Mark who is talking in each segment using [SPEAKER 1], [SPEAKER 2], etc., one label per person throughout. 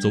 [SPEAKER 1] 走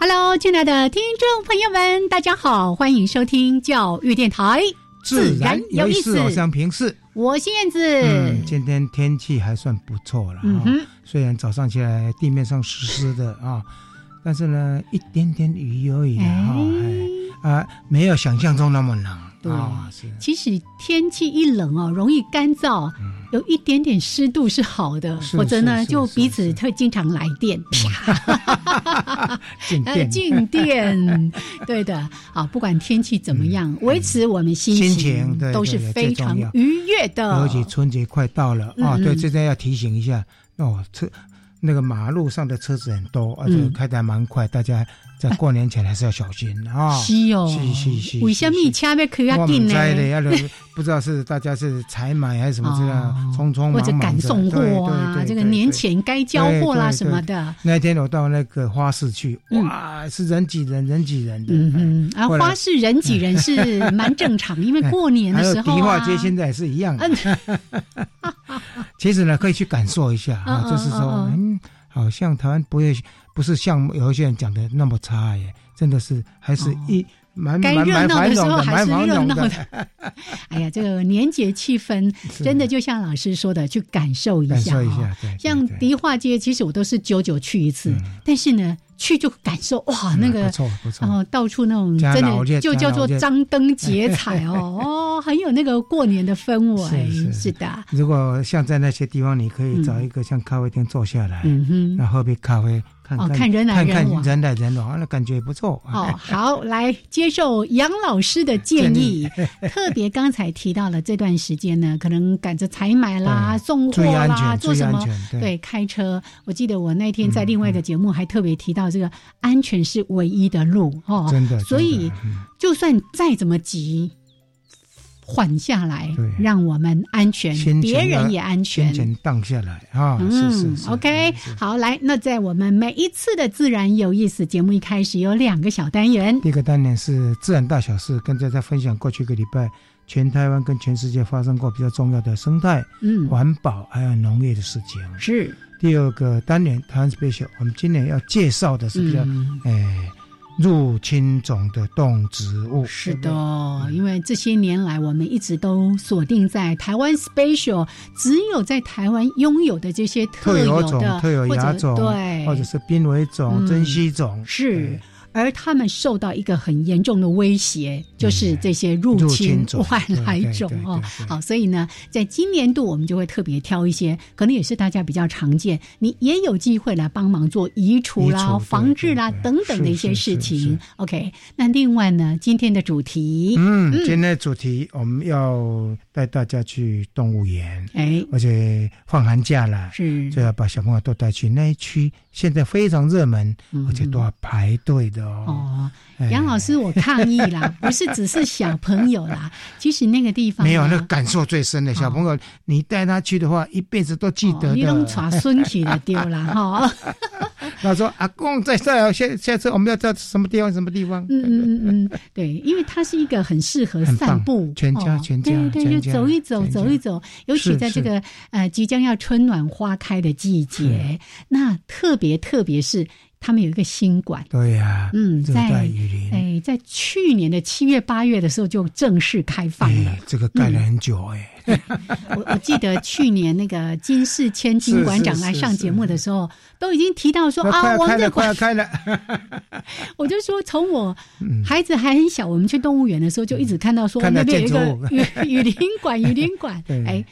[SPEAKER 2] Hello，亲爱的听众朋友们，大家好，欢迎收听教育电台，
[SPEAKER 3] 自然有意思，我
[SPEAKER 2] 我
[SPEAKER 3] 想平视。
[SPEAKER 2] 是燕子。
[SPEAKER 3] 嗯，今天天气还算不错了
[SPEAKER 2] 嗯
[SPEAKER 3] 啊、
[SPEAKER 2] 哼，
[SPEAKER 3] 虽然早上起来地面上湿湿的啊，但是呢，一点点雨而已啊、
[SPEAKER 2] 哎，
[SPEAKER 3] 哎啊，没有想象中那么冷
[SPEAKER 2] 对
[SPEAKER 3] 啊，是
[SPEAKER 2] 其实天气一冷哦，容易干燥，有一点点湿度是好的，
[SPEAKER 3] 嗯是
[SPEAKER 2] 否则呢，
[SPEAKER 3] 是是
[SPEAKER 2] 就是彼此会经常来电，啪，
[SPEAKER 3] 静
[SPEAKER 2] 呃
[SPEAKER 3] 电。
[SPEAKER 2] 静 电。对的，啊，不管天气怎么样，维持我们心
[SPEAKER 3] 嗯心情对
[SPEAKER 2] 都是
[SPEAKER 3] 对对
[SPEAKER 2] 非
[SPEAKER 3] 最
[SPEAKER 2] 常
[SPEAKER 3] 重要
[SPEAKER 2] 愉悦的。
[SPEAKER 3] 而且春节快到了啊，
[SPEAKER 2] 嗯嗯
[SPEAKER 3] 对，这边要提醒一下哦，车那个马路上的车子很多，而且
[SPEAKER 2] 嗯
[SPEAKER 3] 开得还蛮快，大家在过年前还是要小心啊。
[SPEAKER 2] 是哦，
[SPEAKER 3] 是是是
[SPEAKER 2] 为什么
[SPEAKER 3] 是
[SPEAKER 2] 车要开要
[SPEAKER 3] 我
[SPEAKER 2] 紧
[SPEAKER 3] 们
[SPEAKER 2] 呢？
[SPEAKER 3] 摘的，要不不知道是大家是采买还是什么之类的
[SPEAKER 2] 哦，
[SPEAKER 3] 匆匆忙忙
[SPEAKER 2] 或者赶
[SPEAKER 3] 着
[SPEAKER 2] 送货啊，
[SPEAKER 3] 对对对
[SPEAKER 2] 这个
[SPEAKER 3] 对
[SPEAKER 2] 年
[SPEAKER 3] 对
[SPEAKER 2] 前该交货啦什么的。
[SPEAKER 3] 那天我到那个花市去，
[SPEAKER 2] 嗯
[SPEAKER 3] 哇，是人挤人，人挤人的。
[SPEAKER 2] 嗯嗯，啊，
[SPEAKER 3] 后来
[SPEAKER 2] 花市人挤人 是蛮正常，因为过年
[SPEAKER 3] 哎还
[SPEAKER 2] 的
[SPEAKER 3] 有
[SPEAKER 2] 时
[SPEAKER 3] 迪
[SPEAKER 2] 候
[SPEAKER 3] 化
[SPEAKER 2] 啊，嗯
[SPEAKER 3] 街现在也是一样的。 其实呢，可以去感受一下啊
[SPEAKER 2] 嗯，嗯
[SPEAKER 3] 就是说，嗯，好像台湾不会不是像有一些人讲的那么差耶，真的是还是一蛮
[SPEAKER 2] 哦该
[SPEAKER 3] 蛮
[SPEAKER 2] 热
[SPEAKER 3] 蛮
[SPEAKER 2] 闹的
[SPEAKER 3] 繁
[SPEAKER 2] 时
[SPEAKER 3] 荣
[SPEAKER 2] 候
[SPEAKER 3] 的，
[SPEAKER 2] 还
[SPEAKER 3] 蛮
[SPEAKER 2] 是
[SPEAKER 3] 繁
[SPEAKER 2] 热
[SPEAKER 3] 荣
[SPEAKER 2] 闹的。 哎呀，这个年节气氛
[SPEAKER 3] 是
[SPEAKER 2] 真的就像老师说的，去感受一
[SPEAKER 3] 感
[SPEAKER 2] 下
[SPEAKER 3] 受一
[SPEAKER 2] 哦。
[SPEAKER 3] 下，对，对
[SPEAKER 2] 像
[SPEAKER 3] 对
[SPEAKER 2] 迪化街，其实我都是久久去一次，但是呢，去就感受哇，那
[SPEAKER 3] 嗯
[SPEAKER 2] 个
[SPEAKER 3] 不错不错
[SPEAKER 2] 然，后到处那种
[SPEAKER 3] 加
[SPEAKER 2] 真
[SPEAKER 3] 老
[SPEAKER 2] 的
[SPEAKER 3] 街
[SPEAKER 2] 就
[SPEAKER 3] 加
[SPEAKER 2] 叫做
[SPEAKER 3] 老街
[SPEAKER 2] 张灯结彩哦，哦，很有那个过年的氛围，
[SPEAKER 3] 是是
[SPEAKER 2] 的，
[SPEAKER 3] 如果像在那些地方，你可以找一个像咖啡厅坐下来，
[SPEAKER 2] 嗯哼，
[SPEAKER 3] 然后喝杯咖啡，看
[SPEAKER 2] 哦
[SPEAKER 3] 看
[SPEAKER 2] 看人来
[SPEAKER 3] 看
[SPEAKER 2] 人
[SPEAKER 3] 看
[SPEAKER 2] 往
[SPEAKER 3] 人来人往，那感觉不错。啊
[SPEAKER 2] 哦，好，来接受杨老师的建议。 特别刚才提到了这段时间呢，可能赶着采买啦、
[SPEAKER 3] 对
[SPEAKER 2] 送货
[SPEAKER 3] 注意安
[SPEAKER 2] 啦、
[SPEAKER 3] 全，
[SPEAKER 2] 做
[SPEAKER 3] 注意
[SPEAKER 2] 什
[SPEAKER 3] 安
[SPEAKER 2] 么。
[SPEAKER 3] 全，
[SPEAKER 2] 对，开车。我记得我那天在另外一个节目还特别提到，这个安全是唯一的路哦。
[SPEAKER 3] 嗯真的。
[SPEAKER 2] 所以
[SPEAKER 3] 真的嗯
[SPEAKER 2] 就算再怎么急，缓下来
[SPEAKER 3] 对，
[SPEAKER 2] 让我们安全
[SPEAKER 3] 先，前
[SPEAKER 2] 别人
[SPEAKER 3] 要
[SPEAKER 2] 也安全
[SPEAKER 3] 先。前荡下来啊，是是是
[SPEAKER 2] 嗯 OK，
[SPEAKER 3] 是是
[SPEAKER 2] 好，来，那在我们每一次的自然有意思节目一开始有两个小单元，
[SPEAKER 3] 第一个单元是自然大小事，跟大家分享过去一个礼拜全台湾跟全世界发生过比较重要的生态、
[SPEAKER 2] 嗯，
[SPEAKER 3] 环保还有农业的事情。
[SPEAKER 2] 是，
[SPEAKER 3] 第二个单元台湾 special，我们今年要介绍的是比较
[SPEAKER 2] 嗯，
[SPEAKER 3] 哎，入侵种的动植物。
[SPEAKER 2] 是
[SPEAKER 3] 对不
[SPEAKER 2] 的
[SPEAKER 3] 对，，
[SPEAKER 2] 因为这些年来我们一直都锁定在台湾 special，只有在台湾拥有的这些
[SPEAKER 3] 特
[SPEAKER 2] 有
[SPEAKER 3] 有
[SPEAKER 2] 的
[SPEAKER 3] 种、特有
[SPEAKER 2] 或者
[SPEAKER 3] 亚种，
[SPEAKER 2] 对，
[SPEAKER 3] 或者是濒危种、
[SPEAKER 2] 嗯
[SPEAKER 3] 珍稀种，
[SPEAKER 2] 是
[SPEAKER 3] 对。
[SPEAKER 2] 而他们受到一个很严重的威胁，就是这些入
[SPEAKER 3] 嗯入
[SPEAKER 2] 侵
[SPEAKER 3] 侵种
[SPEAKER 2] 外来种
[SPEAKER 3] 对对对
[SPEAKER 2] 哦
[SPEAKER 3] 对。对
[SPEAKER 2] 好，所以呢，在今年度我们就会特别挑一些，可能也是大家比较常见，你也有机会来帮忙做移除
[SPEAKER 3] 移除
[SPEAKER 2] 啦、
[SPEAKER 3] 对
[SPEAKER 2] 防治啦
[SPEAKER 3] 对对
[SPEAKER 2] 等等的一些
[SPEAKER 3] 是是
[SPEAKER 2] 事
[SPEAKER 3] 是
[SPEAKER 2] 情
[SPEAKER 3] 是。
[SPEAKER 2] OK，那另外呢，今天的主题，
[SPEAKER 3] 嗯，今天的主题我们要带大家去动物园，
[SPEAKER 2] 哎，
[SPEAKER 3] 而且放寒假了，
[SPEAKER 2] 是
[SPEAKER 3] 就要把小朋友都带去那一区，现在非常热门，
[SPEAKER 2] 嗯
[SPEAKER 3] 而且都要排队的哦。
[SPEAKER 2] 哦，
[SPEAKER 3] 哎
[SPEAKER 2] 杨老师，我抗议 啦，不是只是小朋友啦，其实那个地方
[SPEAKER 3] 没有，
[SPEAKER 2] 啊
[SPEAKER 3] 那感受最深的小朋友，你带他去的话，一辈子都记
[SPEAKER 2] 哦
[SPEAKER 3] 得
[SPEAKER 2] 你拢
[SPEAKER 3] 的。
[SPEAKER 2] 传孙去了丢 啦哈。
[SPEAKER 3] 他说：“阿公，再再来下下次我们要到什么地方？什么地方？”
[SPEAKER 2] 嗯嗯嗯， 嗯，对，因为它是一个很适合
[SPEAKER 3] 很棒
[SPEAKER 2] 散步，
[SPEAKER 3] 全家
[SPEAKER 2] 哦
[SPEAKER 3] 全家
[SPEAKER 2] 对对，
[SPEAKER 3] 全
[SPEAKER 2] 就
[SPEAKER 3] 家
[SPEAKER 2] 走一走，
[SPEAKER 3] 全家
[SPEAKER 2] 走一走，尤其
[SPEAKER 3] 是
[SPEAKER 2] 在这个呃即将要春暖花开的季节，那特别特别是。他们有一个新馆，
[SPEAKER 3] 对呀、
[SPEAKER 2] 嗯，
[SPEAKER 3] 热
[SPEAKER 2] 在
[SPEAKER 3] 带雨林，
[SPEAKER 2] 哎，在去年的七月八月的时候就正式开放了。
[SPEAKER 3] 哎这个盖了很久哎、
[SPEAKER 2] 我我记得去年那个金氏千金馆长来上节目的时候，都已经提到说
[SPEAKER 3] 那快
[SPEAKER 2] 啊，
[SPEAKER 3] 要
[SPEAKER 2] 王
[SPEAKER 3] 开
[SPEAKER 2] 这
[SPEAKER 3] 了，快要
[SPEAKER 2] 馆，
[SPEAKER 3] 开了，
[SPEAKER 2] 我就说从我孩子还很小，我们去动物园的时候就一直看到说
[SPEAKER 3] 嗯看到
[SPEAKER 2] 那边有一
[SPEAKER 3] 建筑物
[SPEAKER 2] 个雨雨 林馆，雨林馆
[SPEAKER 3] 对，
[SPEAKER 2] 哎，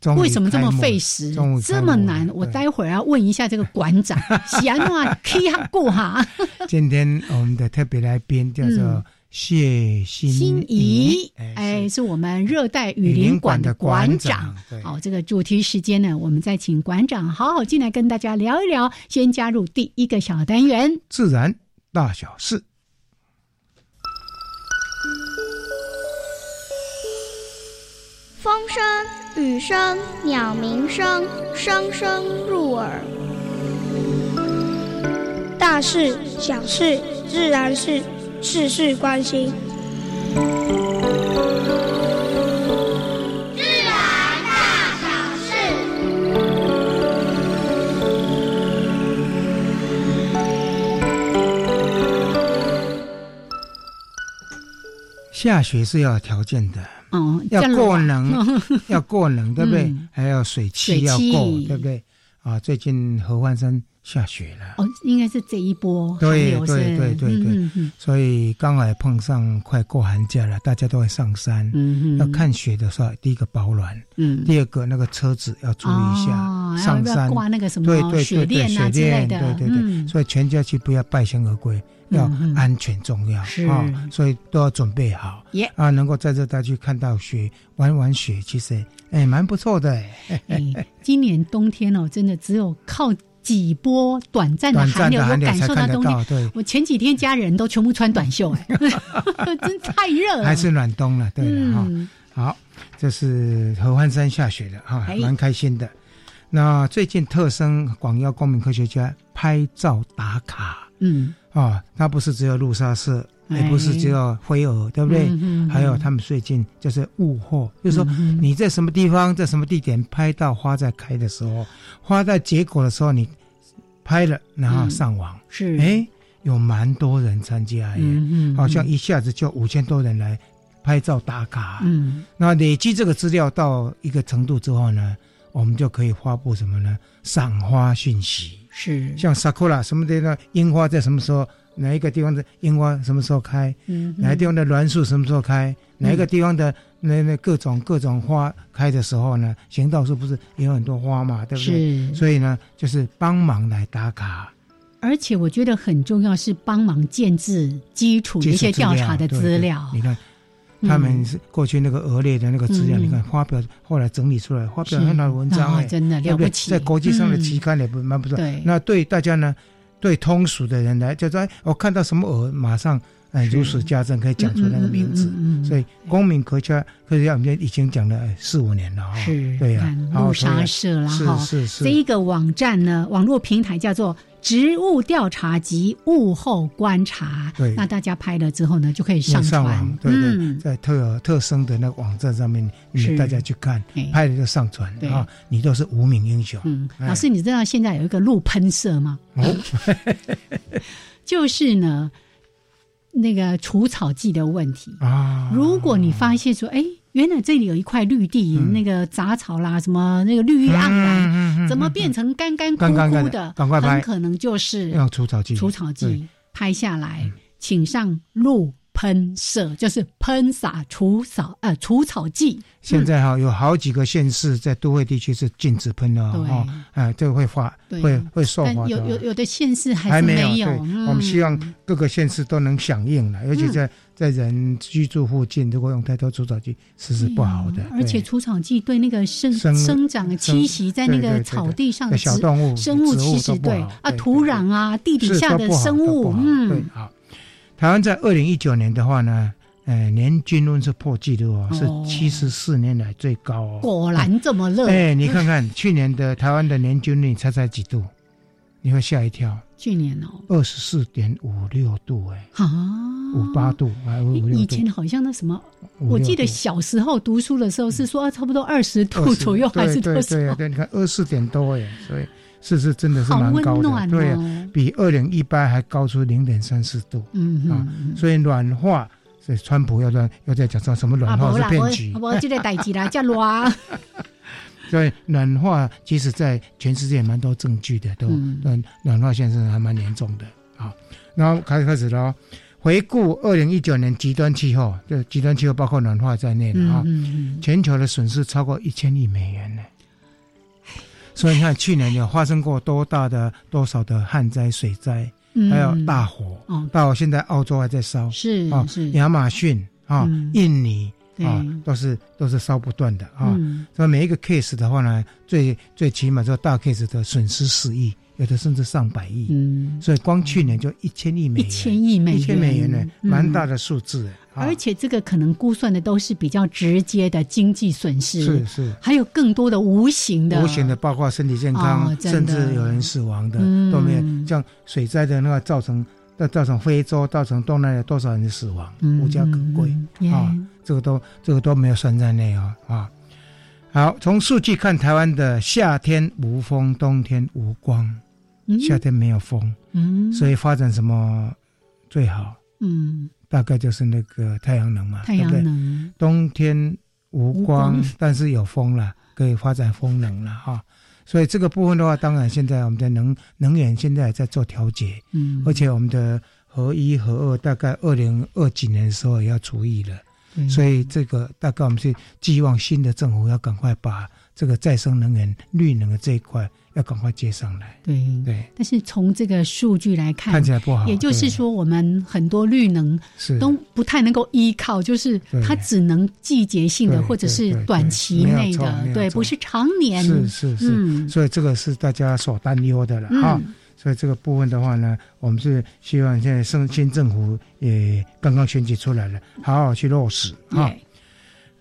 [SPEAKER 3] 终于
[SPEAKER 2] 为什么这么
[SPEAKER 3] 开幕
[SPEAKER 2] 费时
[SPEAKER 3] 终于，开
[SPEAKER 2] 这
[SPEAKER 3] 幕
[SPEAKER 2] 么
[SPEAKER 3] 了
[SPEAKER 2] 难？我
[SPEAKER 3] 对
[SPEAKER 2] 待会儿要问一下这个馆 长，喜安诺基哈过哈，
[SPEAKER 3] 今天我们的特别来宾叫做
[SPEAKER 2] 嗯
[SPEAKER 3] 谢
[SPEAKER 2] 心
[SPEAKER 3] 心
[SPEAKER 2] 仪
[SPEAKER 3] 怡，，
[SPEAKER 2] 哎，
[SPEAKER 3] 是
[SPEAKER 2] 是我们热带雨林馆的馆长。，
[SPEAKER 3] 对
[SPEAKER 2] 好，这个主题时间呢，我们再请馆长好好进来跟大家聊一聊。先加入第一个小单元，
[SPEAKER 3] 自然大小事。
[SPEAKER 4] 风声、雨声、鸟鸣声，声声入耳。
[SPEAKER 5] 大事、小事、自然是事事关心。
[SPEAKER 3] 下雪是要有条件的，
[SPEAKER 2] 哦，
[SPEAKER 3] 要
[SPEAKER 2] 这样
[SPEAKER 3] 过
[SPEAKER 2] 了吧
[SPEAKER 3] 冷， 要过冷，对不对
[SPEAKER 2] 嗯？
[SPEAKER 3] 还要水汽
[SPEAKER 2] 水
[SPEAKER 3] 要
[SPEAKER 2] 汽
[SPEAKER 3] 够，对不对？啊，最近合欢山下雪了，
[SPEAKER 2] 哦，应该是这一波寒
[SPEAKER 3] 对
[SPEAKER 2] 流
[SPEAKER 3] 对
[SPEAKER 2] 是
[SPEAKER 3] 对对对
[SPEAKER 2] 嗯嗯
[SPEAKER 3] 所以刚好也碰上快过寒假了，大家都会上山。
[SPEAKER 2] 嗯，嗯
[SPEAKER 3] 要，看雪的时候，第一个保暖，
[SPEAKER 2] 嗯，
[SPEAKER 3] 第二个那个车子要注意一下，
[SPEAKER 2] 哦
[SPEAKER 3] 上
[SPEAKER 2] 要不要
[SPEAKER 3] 山
[SPEAKER 2] 挂那个什
[SPEAKER 3] 对
[SPEAKER 2] 么
[SPEAKER 3] 对
[SPEAKER 2] 雪
[SPEAKER 3] 对对，
[SPEAKER 2] 链啊
[SPEAKER 3] 雪
[SPEAKER 2] 之类
[SPEAKER 3] 链，
[SPEAKER 2] 的
[SPEAKER 3] 对，对对，
[SPEAKER 2] 嗯
[SPEAKER 3] 所以全家去不要败兴而归，要
[SPEAKER 2] 嗯嗯
[SPEAKER 3] 安全重要
[SPEAKER 2] 是
[SPEAKER 3] 啊，所以都要准备好
[SPEAKER 2] 耶
[SPEAKER 3] 啊，能够在这带去看到雪，玩玩雪，其实哎蛮不错的，哎
[SPEAKER 2] 哎今年冬天哦，真的只有靠几波短暂的
[SPEAKER 3] 短
[SPEAKER 2] 寒
[SPEAKER 3] 暂
[SPEAKER 2] 流，
[SPEAKER 3] 的寒
[SPEAKER 2] 我
[SPEAKER 3] 流
[SPEAKER 2] 感
[SPEAKER 3] 才
[SPEAKER 2] 受到
[SPEAKER 3] 看得
[SPEAKER 2] 冬天。
[SPEAKER 3] 到，对，
[SPEAKER 2] 我前几天家人都全部穿短袖，哎， 真太热了。
[SPEAKER 3] 还是暖冬了，对了哈。
[SPEAKER 2] 嗯，
[SPEAKER 3] 好，这是合欢山下雪了哈
[SPEAKER 2] 哎，
[SPEAKER 3] 蛮开心的。那最近特生广邀公民科学家拍照打卡
[SPEAKER 2] 嗯，
[SPEAKER 3] 啊，他不是只有陆沙社，也
[SPEAKER 2] 哎
[SPEAKER 3] 不是只有灰蛾，对不对？
[SPEAKER 2] 嗯
[SPEAKER 3] 还有他们最近就是物货，就是说
[SPEAKER 2] 嗯嗯
[SPEAKER 3] 你在什么地方，在什么地点拍到花在开的时候，花在结果的时候，你拍了然后
[SPEAKER 2] 嗯
[SPEAKER 3] 上网，
[SPEAKER 2] 是，
[SPEAKER 3] 哎、有蛮多人参加耶，
[SPEAKER 2] 嗯，嗯
[SPEAKER 3] 好像一下子就五千多人来拍照打卡。
[SPEAKER 2] 嗯
[SPEAKER 3] 那累积这个资料到一个程度之后呢，我们就可以发布什么呢？赏花讯息，
[SPEAKER 2] 是，
[SPEAKER 3] 像 sakura 什么的呢？樱花在什么时候？哪一个地方的樱花什么时候开？
[SPEAKER 2] 嗯
[SPEAKER 3] 哪个
[SPEAKER 2] 嗯
[SPEAKER 3] 地方的栾树什么时候开？哪一个地方的那那各种各种花开的时候呢？行道树不是也有很多花嘛，对不对？
[SPEAKER 2] 是，
[SPEAKER 3] 所以呢，就是帮忙来打卡
[SPEAKER 2] 而且我觉得很重要是帮忙建制基础的
[SPEAKER 3] 基
[SPEAKER 2] 一
[SPEAKER 3] 础
[SPEAKER 2] 些调查的
[SPEAKER 3] 对
[SPEAKER 2] 资
[SPEAKER 3] 对
[SPEAKER 2] 料，
[SPEAKER 3] 你看，
[SPEAKER 2] 嗯
[SPEAKER 3] 他们是过去那个俄列的那个资料，
[SPEAKER 2] 嗯
[SPEAKER 3] 你看发表后来整理出来，发表很好的文章、
[SPEAKER 2] 哦
[SPEAKER 3] 哎
[SPEAKER 2] 真的
[SPEAKER 3] 对
[SPEAKER 2] 了
[SPEAKER 3] 不对？
[SPEAKER 2] 起，
[SPEAKER 3] 在国际上的
[SPEAKER 2] 嗯
[SPEAKER 3] 期刊也不蛮不错。
[SPEAKER 2] 对
[SPEAKER 3] 那对大家呢，对通俗的人来，就说哎我看到什么鹅，马上哎
[SPEAKER 2] 是
[SPEAKER 3] 如数家珍，可以讲出那个名
[SPEAKER 2] 嗯
[SPEAKER 3] 字。
[SPEAKER 2] 嗯嗯嗯嗯
[SPEAKER 3] 所以公民科学科学家，我们已经讲了哎四五年了哈、
[SPEAKER 2] 嗯是，
[SPEAKER 3] 对呀、
[SPEAKER 2] 看
[SPEAKER 3] 好
[SPEAKER 2] 陆
[SPEAKER 3] 所以啊
[SPEAKER 2] 沙社啦
[SPEAKER 3] 是
[SPEAKER 2] 哈，
[SPEAKER 3] 是
[SPEAKER 2] 这
[SPEAKER 3] 是，
[SPEAKER 2] 一个网站呢，网络平台叫做。植物调查及物后观察，
[SPEAKER 3] 对
[SPEAKER 2] 那大家拍了之后呢，就可以
[SPEAKER 3] 网
[SPEAKER 2] 上传，
[SPEAKER 3] 上网对对，
[SPEAKER 2] 嗯，
[SPEAKER 3] 在特特生的那个网站上面，你
[SPEAKER 2] 是
[SPEAKER 3] 们大家去看，
[SPEAKER 2] 哎
[SPEAKER 3] 拍了就上传
[SPEAKER 2] 对
[SPEAKER 3] 啊，你都是无名英雄。
[SPEAKER 2] 嗯，
[SPEAKER 3] 哎
[SPEAKER 2] 老师，你知道现在有一个路喷射吗？
[SPEAKER 3] 哦，
[SPEAKER 2] 就是呢，那个除草剂的问题。
[SPEAKER 3] 啊，
[SPEAKER 2] 如果你发现说，哎，原来这里有一块绿地，
[SPEAKER 3] 嗯
[SPEAKER 2] 那个杂草啦，什么那个绿意盎然，
[SPEAKER 3] 嗯
[SPEAKER 2] 怎么变成干干枯
[SPEAKER 3] 干干干
[SPEAKER 2] 枯
[SPEAKER 3] 的
[SPEAKER 2] 的？
[SPEAKER 3] 赶快拍
[SPEAKER 2] 很可能就是
[SPEAKER 3] 用除草剂？
[SPEAKER 2] 除草
[SPEAKER 3] 对
[SPEAKER 2] 剂拍下来，请上路喷射，就是喷洒除草呃除草剂。
[SPEAKER 3] 现在哈、有好几个县市在都会地区是禁止喷的哦，
[SPEAKER 2] 对
[SPEAKER 3] 哦哎，这个会罚，
[SPEAKER 2] 对
[SPEAKER 3] 会会受
[SPEAKER 2] 但
[SPEAKER 3] 罚的
[SPEAKER 2] 有有
[SPEAKER 3] 哦。
[SPEAKER 2] 有的县市还
[SPEAKER 3] 还
[SPEAKER 2] 是
[SPEAKER 3] 没
[SPEAKER 2] 没嗯
[SPEAKER 3] 有，对，我们希望各个县市都能响应了，尤其在在人居住附近，如果用太多除草剂，是是不好的
[SPEAKER 2] 嗯。而且
[SPEAKER 3] 对
[SPEAKER 2] 除草剂对那个生
[SPEAKER 3] 生
[SPEAKER 2] 生长的
[SPEAKER 3] 生
[SPEAKER 2] 栖息在那
[SPEAKER 3] 对对
[SPEAKER 2] 个
[SPEAKER 3] 对
[SPEAKER 2] 草地上的
[SPEAKER 3] 对
[SPEAKER 2] 植
[SPEAKER 3] 小动物、
[SPEAKER 2] 生物
[SPEAKER 3] 植
[SPEAKER 2] 栖
[SPEAKER 3] 物都
[SPEAKER 2] 息，
[SPEAKER 3] 不
[SPEAKER 2] 对
[SPEAKER 3] 好
[SPEAKER 2] 啊，土壤啊，地底
[SPEAKER 3] 是
[SPEAKER 2] 下
[SPEAKER 3] 都
[SPEAKER 2] 的
[SPEAKER 3] 不好
[SPEAKER 2] 生
[SPEAKER 3] 都不
[SPEAKER 2] 物
[SPEAKER 3] 好，对
[SPEAKER 2] 嗯，
[SPEAKER 3] 好。台湾在二零一九年的话呢，呃，年均温是破纪录哦，是
[SPEAKER 2] 哦
[SPEAKER 3] 七十四年来最高哦。
[SPEAKER 2] 果然这么热。
[SPEAKER 3] 哎，你看看去年的台湾的年均率，猜猜几度？你会吓一跳，
[SPEAKER 2] 去年哦，
[SPEAKER 3] 二十四点五六度、哎，
[SPEAKER 2] 啊，
[SPEAKER 3] 五八。度，哎，五
[SPEAKER 2] 以
[SPEAKER 3] 六度
[SPEAKER 2] 前。好像那什么，
[SPEAKER 3] 56
[SPEAKER 2] 我记得
[SPEAKER 3] 度
[SPEAKER 2] 小时候读书的时候是说，啊差不多二十度
[SPEAKER 3] 20
[SPEAKER 2] 左右，还是多
[SPEAKER 3] 对对
[SPEAKER 2] 少？
[SPEAKER 3] 对对，你看二十点多哎，所以是是真的是
[SPEAKER 2] 好
[SPEAKER 3] 蛮
[SPEAKER 2] 温
[SPEAKER 3] 高的，
[SPEAKER 2] 暖
[SPEAKER 3] 对啊，
[SPEAKER 2] 哦。
[SPEAKER 3] 比二零一八还高出零点三四度，
[SPEAKER 2] 嗯哼
[SPEAKER 3] 啊
[SPEAKER 2] 嗯，
[SPEAKER 3] 所以暖化，所以川普要乱又在讲说什么暖
[SPEAKER 2] 啊，
[SPEAKER 3] 化
[SPEAKER 2] 无
[SPEAKER 3] 是
[SPEAKER 2] 啦，
[SPEAKER 3] 骗局，
[SPEAKER 2] 我我这个代志啦，叫 热。啊
[SPEAKER 3] 所以暖化其实在全世界也蛮多证据的，都
[SPEAKER 2] 嗯
[SPEAKER 3] 暖、暖化现象还蛮严重的啊。然后开开始喽，回顾二零一九年极端气候，就极端气候包括暖化在内了
[SPEAKER 2] 嗯
[SPEAKER 3] 啊，
[SPEAKER 2] 嗯
[SPEAKER 3] 全球的损失超过一千亿美元呢。所以你看，去年有发生过多大的多少的旱灾、水灾，
[SPEAKER 2] 嗯，
[SPEAKER 3] 还有哎大火，
[SPEAKER 2] 哦，
[SPEAKER 3] 大火现在澳洲还在烧，
[SPEAKER 2] 是
[SPEAKER 3] 啊
[SPEAKER 2] 是，
[SPEAKER 3] 亚马逊啊、
[SPEAKER 2] 嗯
[SPEAKER 3] 印尼
[SPEAKER 2] 对
[SPEAKER 3] 啊，都是都是烧不断的啊。
[SPEAKER 2] 嗯
[SPEAKER 3] 所以每一个 case 的话呢，最最起码这大 case 的损失十亿，有的甚至上百亿。
[SPEAKER 2] 嗯，
[SPEAKER 3] 所以光去年就一千亿美
[SPEAKER 2] 一
[SPEAKER 3] 元，
[SPEAKER 2] 千亿美元，
[SPEAKER 3] 一千美元呢，蛮大
[SPEAKER 2] 的。
[SPEAKER 3] 的数字。啊
[SPEAKER 2] 而且这个可能估算的都是比较直接的经济损失，
[SPEAKER 3] 是是
[SPEAKER 2] 还有更多的无形的
[SPEAKER 3] 无形的，包括身体健康，
[SPEAKER 2] 哦真
[SPEAKER 3] 甚
[SPEAKER 2] 的
[SPEAKER 3] 至有人死亡的、
[SPEAKER 2] 嗯
[SPEAKER 3] 都没有。像水灾的那个造成，那造成非洲、造成东南亚多少人的死亡，
[SPEAKER 2] 嗯
[SPEAKER 3] 无家可归。，
[SPEAKER 2] 嗯
[SPEAKER 3] 啊
[SPEAKER 2] 嗯
[SPEAKER 3] 这个都这个都没有算在内啊、啊。好，从数据看，台湾的夏天无风，冬天无光，
[SPEAKER 2] 耶
[SPEAKER 3] 夏天没有风，
[SPEAKER 2] 嗯，
[SPEAKER 3] 所以发展什么最好？
[SPEAKER 2] 嗯，
[SPEAKER 3] 大概就是那个太阳能嘛，
[SPEAKER 2] 太阳
[SPEAKER 3] 对不对？
[SPEAKER 2] 能，
[SPEAKER 3] 冬天无光，
[SPEAKER 2] 无光
[SPEAKER 3] 但是有风了，可以发展风能了哈、所以这个部分的话，当然现在我们的能能源现在也在做调节，
[SPEAKER 2] 嗯，
[SPEAKER 3] 而且我们的核一核二大概二零二几年的时候也要除以了。
[SPEAKER 2] 对
[SPEAKER 3] 所以这个大概我们是寄望新的政府要赶快把这个再生能源、绿能的这一块要赶快接上来。
[SPEAKER 2] 对，
[SPEAKER 3] 对，
[SPEAKER 2] 但是从这个数据来看
[SPEAKER 3] 看。起来不好。
[SPEAKER 2] 嗯也就是
[SPEAKER 3] 对，
[SPEAKER 2] 说，我们很多绿能
[SPEAKER 3] 是
[SPEAKER 2] 都不太能够依靠，就是
[SPEAKER 3] 对
[SPEAKER 2] 它只能季节性的
[SPEAKER 3] 对
[SPEAKER 2] 或者
[SPEAKER 3] 对
[SPEAKER 2] 是
[SPEAKER 3] 对
[SPEAKER 2] 短
[SPEAKER 3] 对
[SPEAKER 2] 期
[SPEAKER 3] 没有
[SPEAKER 2] 内
[SPEAKER 3] 错没
[SPEAKER 2] 的，
[SPEAKER 3] 有
[SPEAKER 2] 对，
[SPEAKER 3] 错
[SPEAKER 2] 不是常年。
[SPEAKER 3] 是是是，
[SPEAKER 2] 嗯
[SPEAKER 3] 所以这个是大家所担忧的了啊。
[SPEAKER 2] 嗯
[SPEAKER 3] 所以这个部分的话呢，我们是希望现在新新政府也刚刚选举出来了，
[SPEAKER 2] 嗯
[SPEAKER 3] 好好去落实啊。
[SPEAKER 2] 对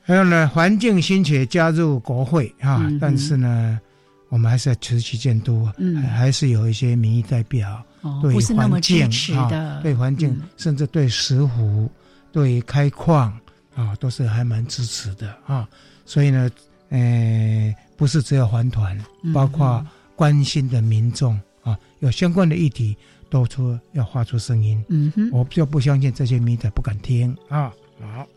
[SPEAKER 3] 还有呢，环境新学加入国会啊，
[SPEAKER 2] 嗯哼
[SPEAKER 3] 但是呢，我们还是要持续监督，
[SPEAKER 2] 嗯
[SPEAKER 3] 还还是有一些民意代表。
[SPEAKER 2] 哦，
[SPEAKER 3] 对
[SPEAKER 2] 不是那么
[SPEAKER 3] 环
[SPEAKER 2] 支
[SPEAKER 3] 境
[SPEAKER 2] 持
[SPEAKER 3] 啊
[SPEAKER 2] 的，
[SPEAKER 3] 对环境，
[SPEAKER 2] 嗯
[SPEAKER 3] 甚至对石湖、对开矿啊，都是还蛮支持的啊。所以呢，呃，不是只有环团，
[SPEAKER 2] 嗯
[SPEAKER 3] 包括关心的民众啊，有相关的议题，都出要发出声音。
[SPEAKER 2] 嗯哼，
[SPEAKER 3] 我就不相信这些民仔不敢听啊。好，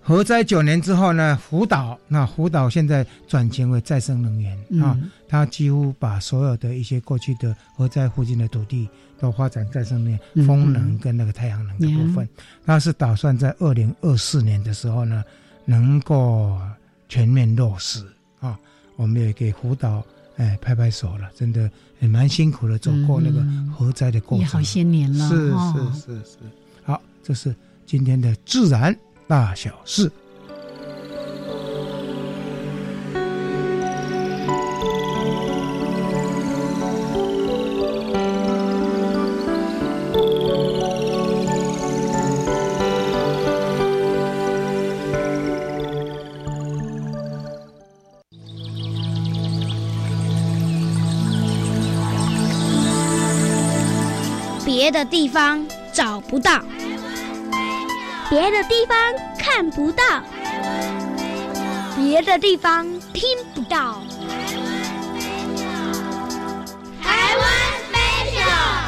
[SPEAKER 3] 核灾九年之后呢，福岛那福岛现在转型为再生能源啊。
[SPEAKER 2] 嗯
[SPEAKER 3] 他几乎把所有的一些过去的核灾附近的土地都发展再生能
[SPEAKER 2] 嗯
[SPEAKER 3] 源、风能跟那个太阳能的部分。他是打算在二零二四年的时候呢，能够全面落实啊。我们也给福岛哎拍拍手了，真的也蛮辛苦的，走过那个
[SPEAKER 2] 嗯
[SPEAKER 3] 核灾的过
[SPEAKER 2] 也
[SPEAKER 3] 程。
[SPEAKER 2] 好些年了，
[SPEAKER 3] 是
[SPEAKER 2] 哦
[SPEAKER 3] 是是是，好，这是今天的自然大小事。
[SPEAKER 5] 别的地方找不到。
[SPEAKER 4] 别的地方看不到，别的地方听不到。台湾 special。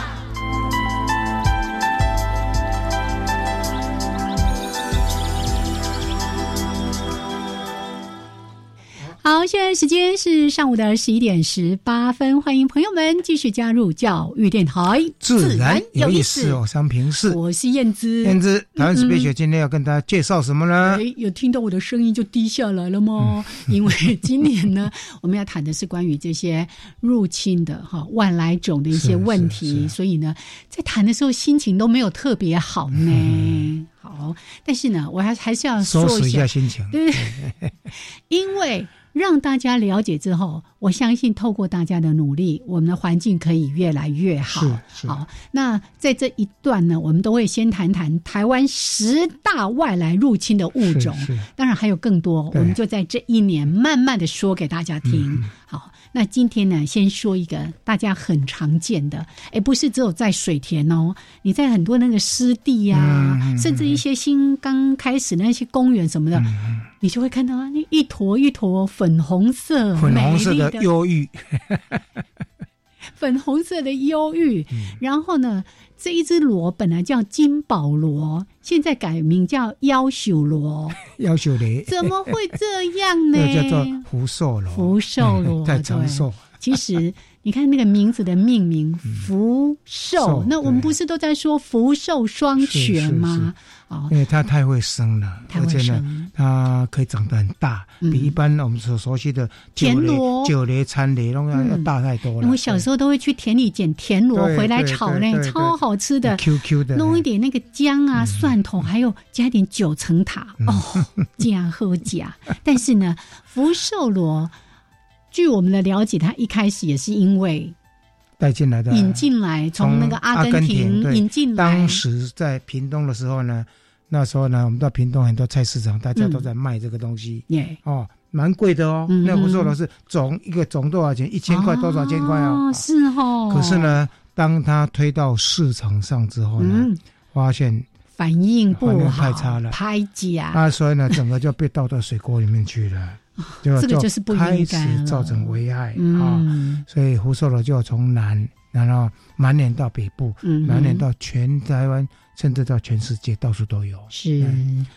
[SPEAKER 2] 好，现在时间是上午的十一点十八分，欢迎朋友们继续加入教育电台，
[SPEAKER 3] 自然有意思，我商平是。
[SPEAKER 2] 我是燕姿。
[SPEAKER 3] 燕之台湾史贝学今天要跟大家介绍什么呢
[SPEAKER 2] 哎？，有听到我的声音就低下来了吗？
[SPEAKER 3] 嗯
[SPEAKER 2] 因为今年呢， 我们要谈的是关于这些入侵的哈外来种的一些
[SPEAKER 3] 是
[SPEAKER 2] 问
[SPEAKER 3] 是
[SPEAKER 2] 题，
[SPEAKER 3] 是
[SPEAKER 2] 所以呢，在谈的时候心情都没有特别好呢。好，但是呢，我还还是要
[SPEAKER 3] 嗯收
[SPEAKER 2] 说
[SPEAKER 3] 拾一下心情。
[SPEAKER 2] 对， 因为让大家了解之后，我相信透过大家的努力，我们的环境可以越来越好。
[SPEAKER 3] 是是
[SPEAKER 2] 好，那在这一段呢，我们都会先谈谈台湾十大外来入侵的物种，
[SPEAKER 3] 是是
[SPEAKER 2] 当然还有更多，我
[SPEAKER 3] 对嗯
[SPEAKER 2] 们就在这一年慢慢的说给大家听。好，那今天呢，先说一个大家很常见的，哎，不是只有在水田哦，你在很多那个湿地呀、
[SPEAKER 3] 嗯嗯嗯
[SPEAKER 2] 甚至一些新刚开始那些公园什么的，你就会看到啊，那一坨一坨粉红色、
[SPEAKER 3] 粉红色的
[SPEAKER 2] 美丽
[SPEAKER 3] 忧郁，
[SPEAKER 2] 粉红色的忧郁。
[SPEAKER 3] 嗯
[SPEAKER 2] 然后呢，这一只螺本来叫金宝螺，现在改名叫妖朽 螺，
[SPEAKER 3] 要求雷，
[SPEAKER 2] 怎么会这样呢？
[SPEAKER 3] 这叫做福寿螺，
[SPEAKER 2] 福寿螺
[SPEAKER 3] 嗯在
[SPEAKER 2] 对
[SPEAKER 3] 长寿，
[SPEAKER 2] 其实 你看那个名字的命名“福寿”，
[SPEAKER 3] 嗯寿
[SPEAKER 2] 那我们
[SPEAKER 3] 对
[SPEAKER 2] 不是都在说福寿双全吗？哦，
[SPEAKER 3] 因为它太会生了，
[SPEAKER 2] 太
[SPEAKER 3] 而
[SPEAKER 2] 会
[SPEAKER 3] 且呢，
[SPEAKER 2] 生，
[SPEAKER 3] 它可以长得很大，
[SPEAKER 2] 嗯
[SPEAKER 3] 比一般我们所熟悉的
[SPEAKER 2] 田
[SPEAKER 3] 九雷
[SPEAKER 2] 螺
[SPEAKER 3] 九雷、参雷那
[SPEAKER 2] 嗯
[SPEAKER 3] 要大太多了。
[SPEAKER 2] 那我小时候都会去田里捡田螺
[SPEAKER 3] 对
[SPEAKER 2] 回来
[SPEAKER 3] 对
[SPEAKER 2] 炒
[SPEAKER 3] 对
[SPEAKER 2] 呢，
[SPEAKER 3] 对对
[SPEAKER 2] 超好吃的。
[SPEAKER 3] QQ 的，
[SPEAKER 2] 弄一点那个姜
[SPEAKER 3] 嗯
[SPEAKER 2] 啊、蒜头，还有加一点九层塔，哦， 加喝加。但是呢，福寿螺，据我们的了解，它一开始也是因为
[SPEAKER 3] 带进来的。
[SPEAKER 2] 引进来，从那个
[SPEAKER 3] 从
[SPEAKER 2] 阿
[SPEAKER 3] 阿根廷
[SPEAKER 2] 廷
[SPEAKER 3] 对
[SPEAKER 2] 引进来，
[SPEAKER 3] 当时在屏东的时候呢，那时候呢，我们到屏东很多菜市场，大家都在卖这个东西、
[SPEAKER 2] 耶，
[SPEAKER 3] 哦，蛮贵的哦。
[SPEAKER 2] 嗯
[SPEAKER 3] 那福寿螺是总一个总多少钱？一千块多少千块哦？
[SPEAKER 2] 是哦。
[SPEAKER 3] 可是，呢，当它推到市场上之后呢，
[SPEAKER 2] 嗯，
[SPEAKER 3] 发现
[SPEAKER 2] 反应不
[SPEAKER 3] 反应
[SPEAKER 2] 好，
[SPEAKER 3] 太差了
[SPEAKER 2] 拍假，
[SPEAKER 3] 啊，所以呢，整个就被倒到水沟里面去 了，结果
[SPEAKER 2] 这个就是不应该了
[SPEAKER 3] 开始造成危害啊、
[SPEAKER 2] 嗯
[SPEAKER 3] 所以福寿螺就从南，然后满脸到北部，
[SPEAKER 2] 嗯，
[SPEAKER 3] 满脸到全台湾，甚至到全世界到处都有
[SPEAKER 2] 是。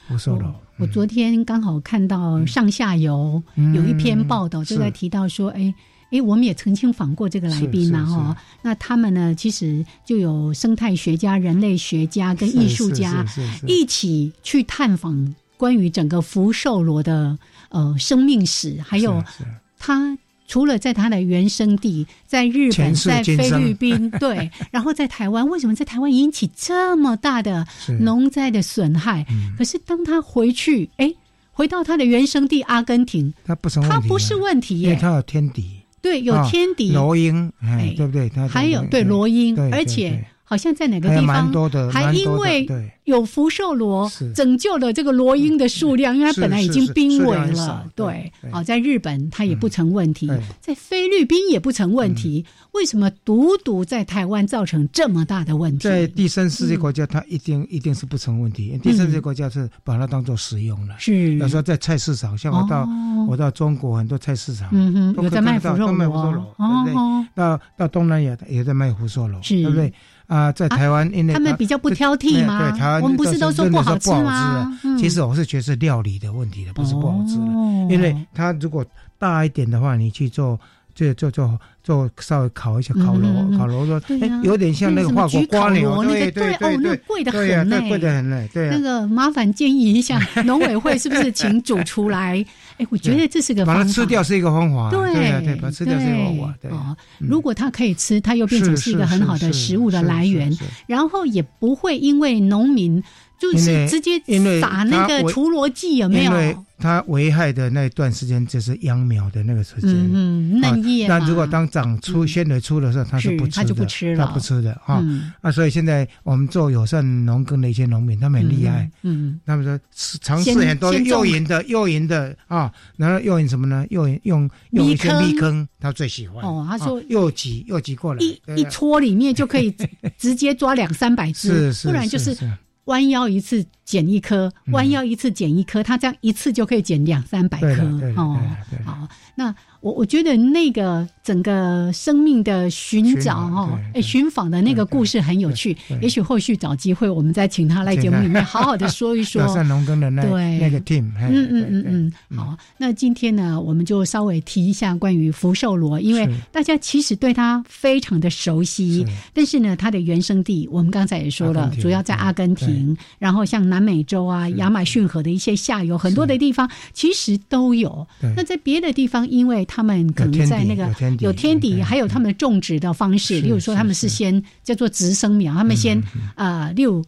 [SPEAKER 3] 福寿螺
[SPEAKER 2] 我。我昨天刚好看到上下游
[SPEAKER 3] 嗯
[SPEAKER 2] 有一篇报道，就在
[SPEAKER 3] 是
[SPEAKER 2] 提到说，哎。哎，我们也曾经访过这个来宾嘛，
[SPEAKER 3] 是是
[SPEAKER 2] 哈，那他们呢，其实就有生态学家、人类学家跟
[SPEAKER 3] 是
[SPEAKER 2] 艺术家
[SPEAKER 3] 是是是是
[SPEAKER 2] 一起去探访关于整个福寿螺的呃生命史，还有
[SPEAKER 3] 是是
[SPEAKER 2] 他除了在他的原生地，在日本、
[SPEAKER 3] 前世
[SPEAKER 2] 在
[SPEAKER 3] 今
[SPEAKER 2] 菲
[SPEAKER 3] 生
[SPEAKER 2] 律 宾，对，然后在台湾，为什么在台湾引起这么大的
[SPEAKER 3] 是
[SPEAKER 2] 农灾的损害？
[SPEAKER 3] 嗯
[SPEAKER 2] 可是当他回去，哎，回到他的原生地阿根廷，
[SPEAKER 3] 它不成问
[SPEAKER 2] 他
[SPEAKER 3] 题啊，
[SPEAKER 2] 不是问题
[SPEAKER 3] 因为
[SPEAKER 2] 耶，
[SPEAKER 3] 它有天敌，
[SPEAKER 2] 对，有
[SPEAKER 3] 啊
[SPEAKER 2] 天敌，
[SPEAKER 3] 罗鹰，
[SPEAKER 2] 哎
[SPEAKER 3] 哎，对不对？它
[SPEAKER 2] 还有对罗鹰
[SPEAKER 3] 对，对
[SPEAKER 2] 而
[SPEAKER 3] 对
[SPEAKER 2] 且好像在哪个
[SPEAKER 3] 还有
[SPEAKER 2] 地
[SPEAKER 3] 蛮
[SPEAKER 2] 方
[SPEAKER 3] 多的，
[SPEAKER 2] 还
[SPEAKER 3] 蛮多
[SPEAKER 2] 因
[SPEAKER 3] 的
[SPEAKER 2] 为
[SPEAKER 3] 对
[SPEAKER 2] 有福寿螺
[SPEAKER 3] 是
[SPEAKER 2] 拯救了这个罗鹰的数量，因为它
[SPEAKER 3] 是
[SPEAKER 2] 本来已
[SPEAKER 3] 是
[SPEAKER 2] 经
[SPEAKER 3] 是
[SPEAKER 2] 濒
[SPEAKER 3] 数
[SPEAKER 2] 危
[SPEAKER 3] 量很
[SPEAKER 2] 了
[SPEAKER 3] 少。
[SPEAKER 2] 对
[SPEAKER 3] 对，对
[SPEAKER 2] 好、在日本它也不成问题，
[SPEAKER 3] 对
[SPEAKER 2] 在菲律宾也不成问题，
[SPEAKER 3] 嗯
[SPEAKER 2] 为什么独独在台湾造成这么大的问题？
[SPEAKER 3] 在第三世界国家，它一定一定是不成问题。第三世界国家是把它当做食用了。
[SPEAKER 2] 是
[SPEAKER 3] 有时候在菜市场，像我到
[SPEAKER 2] 哦
[SPEAKER 3] 我到中国很多菜市场，
[SPEAKER 2] 嗯哼，
[SPEAKER 3] 都
[SPEAKER 2] 有
[SPEAKER 3] 可以
[SPEAKER 2] 在卖
[SPEAKER 3] 看到
[SPEAKER 2] 腐肉
[SPEAKER 3] 都卖
[SPEAKER 2] 螺
[SPEAKER 3] 腐肉
[SPEAKER 2] 哦
[SPEAKER 3] 螺对不对
[SPEAKER 2] 哦，
[SPEAKER 3] 到到东南亚也在卖胡寿螺，
[SPEAKER 2] 是
[SPEAKER 3] 对不对？啊，在台湾因为
[SPEAKER 2] 他们比较不挑剔吗？
[SPEAKER 3] 对台湾
[SPEAKER 2] 我们不是都说不好
[SPEAKER 3] 好啊
[SPEAKER 2] 吃吗？嗯
[SPEAKER 3] 其实我是觉得是料理的问题了，不是不好吃了。
[SPEAKER 2] 哦
[SPEAKER 3] 因为它如果大一点的话，你去做做做做做稍微烤一下烤
[SPEAKER 2] 嗯嗯嗯
[SPEAKER 3] 螺，烤螺肉，
[SPEAKER 2] 对
[SPEAKER 3] 哎
[SPEAKER 2] 呀，
[SPEAKER 3] 有点像那个
[SPEAKER 2] 什么
[SPEAKER 3] 法国
[SPEAKER 2] 焗烤
[SPEAKER 3] 瓜
[SPEAKER 2] 螺
[SPEAKER 3] 牛，
[SPEAKER 2] 那个
[SPEAKER 3] 对对
[SPEAKER 2] 哦
[SPEAKER 3] 对，
[SPEAKER 2] 那
[SPEAKER 3] 对，
[SPEAKER 2] 贵的
[SPEAKER 3] 对呀，
[SPEAKER 2] 很呢，哎
[SPEAKER 3] 对贵的很嘞，对
[SPEAKER 2] 那
[SPEAKER 3] 呀。
[SPEAKER 2] 个麻烦建议一 下，农委会是不是请煮出来？哎，我觉得这是个
[SPEAKER 3] 把它
[SPEAKER 2] 方法
[SPEAKER 3] 吃掉，是一个方法，
[SPEAKER 2] 对
[SPEAKER 3] 啊对呀对，把它吃掉是一个方法，对
[SPEAKER 2] 对。哦，
[SPEAKER 3] 嗯
[SPEAKER 2] 如果它可以吃，它又变成是一个很好的食物的来源，
[SPEAKER 3] 是是是是
[SPEAKER 2] 然后也不会因为农民就
[SPEAKER 3] 因
[SPEAKER 2] 是
[SPEAKER 3] 为
[SPEAKER 2] 直接
[SPEAKER 3] 因为
[SPEAKER 2] 撒那
[SPEAKER 3] 它
[SPEAKER 2] 个
[SPEAKER 3] 为
[SPEAKER 2] 除螺剂，有没
[SPEAKER 3] 因
[SPEAKER 2] 有？
[SPEAKER 3] 为它危害的那一段时间就是秧苗的那个时间。
[SPEAKER 2] 嗯嗯，嫩叶嘛。
[SPEAKER 3] 啊那如果当长出
[SPEAKER 2] 嗯
[SPEAKER 3] 鲜蕊出的时候，它
[SPEAKER 2] 是
[SPEAKER 3] 是不吃的，
[SPEAKER 2] 它就不吃了
[SPEAKER 3] 它不吃的啊。
[SPEAKER 2] 嗯
[SPEAKER 3] 啊，所以现在我们做友善农耕的一些农民，他们很厉害，，
[SPEAKER 2] 嗯
[SPEAKER 3] 他们说是尝试
[SPEAKER 2] 先
[SPEAKER 3] 很多
[SPEAKER 2] 先种
[SPEAKER 3] 诱引的、诱引的啊，然后诱引什么呢？诱引用
[SPEAKER 2] 蜜
[SPEAKER 3] 用一些
[SPEAKER 2] 坑
[SPEAKER 3] 蜜坑，他最喜欢。
[SPEAKER 2] 哦他说
[SPEAKER 3] 啊诱挤诱挤过来，
[SPEAKER 2] 嗯一
[SPEAKER 3] 对
[SPEAKER 2] 一
[SPEAKER 3] 啊
[SPEAKER 2] 撮里面就可 以直接抓两三百只
[SPEAKER 3] 是，是，
[SPEAKER 2] 不然就是
[SPEAKER 3] 是
[SPEAKER 2] 弯腰一次捡一颗，
[SPEAKER 3] 嗯
[SPEAKER 2] 弯腰一次捡一颗，它这样一次就可以捡两三百
[SPEAKER 3] 对
[SPEAKER 2] 颗
[SPEAKER 3] 了对了对
[SPEAKER 2] 哦。
[SPEAKER 3] 了对了，
[SPEAKER 2] 好，那我我觉得那个整个生命的寻找
[SPEAKER 3] 寻
[SPEAKER 2] 哦
[SPEAKER 3] 访对，
[SPEAKER 2] 哎，
[SPEAKER 3] 对
[SPEAKER 2] 寻访的那个故事很有趣
[SPEAKER 3] 对，对
[SPEAKER 2] 也许后续找机会我们再请他来节目里面好好的说一说
[SPEAKER 3] 友。善农耕 的那
[SPEAKER 2] 对
[SPEAKER 3] 那个 team，嘿
[SPEAKER 2] 嗯嗯
[SPEAKER 3] 对对
[SPEAKER 2] 嗯嗯，好，那今天呢，我们就稍微提一下关于福寿螺，因为
[SPEAKER 3] 是
[SPEAKER 2] 大家其实对它非常的熟悉，
[SPEAKER 3] 是
[SPEAKER 2] 但是呢，它的原生地我们刚才也说
[SPEAKER 3] 阿
[SPEAKER 2] 了
[SPEAKER 3] 根，廷
[SPEAKER 2] 主要在阿根廷，然后像南美洲啊、亚马逊河的一些下游很多的地方，其实都有。
[SPEAKER 3] 对
[SPEAKER 2] 那在别的地方，因为他们可能
[SPEAKER 3] 有天敌
[SPEAKER 2] 在那个
[SPEAKER 3] 有天敌
[SPEAKER 2] 有天敌，
[SPEAKER 3] 对
[SPEAKER 2] 还有他们种植的方式，
[SPEAKER 3] 是
[SPEAKER 2] 例如说他们是
[SPEAKER 3] 是是
[SPEAKER 2] 先叫做直生苗，
[SPEAKER 3] 嗯
[SPEAKER 2] 他们先啊，例如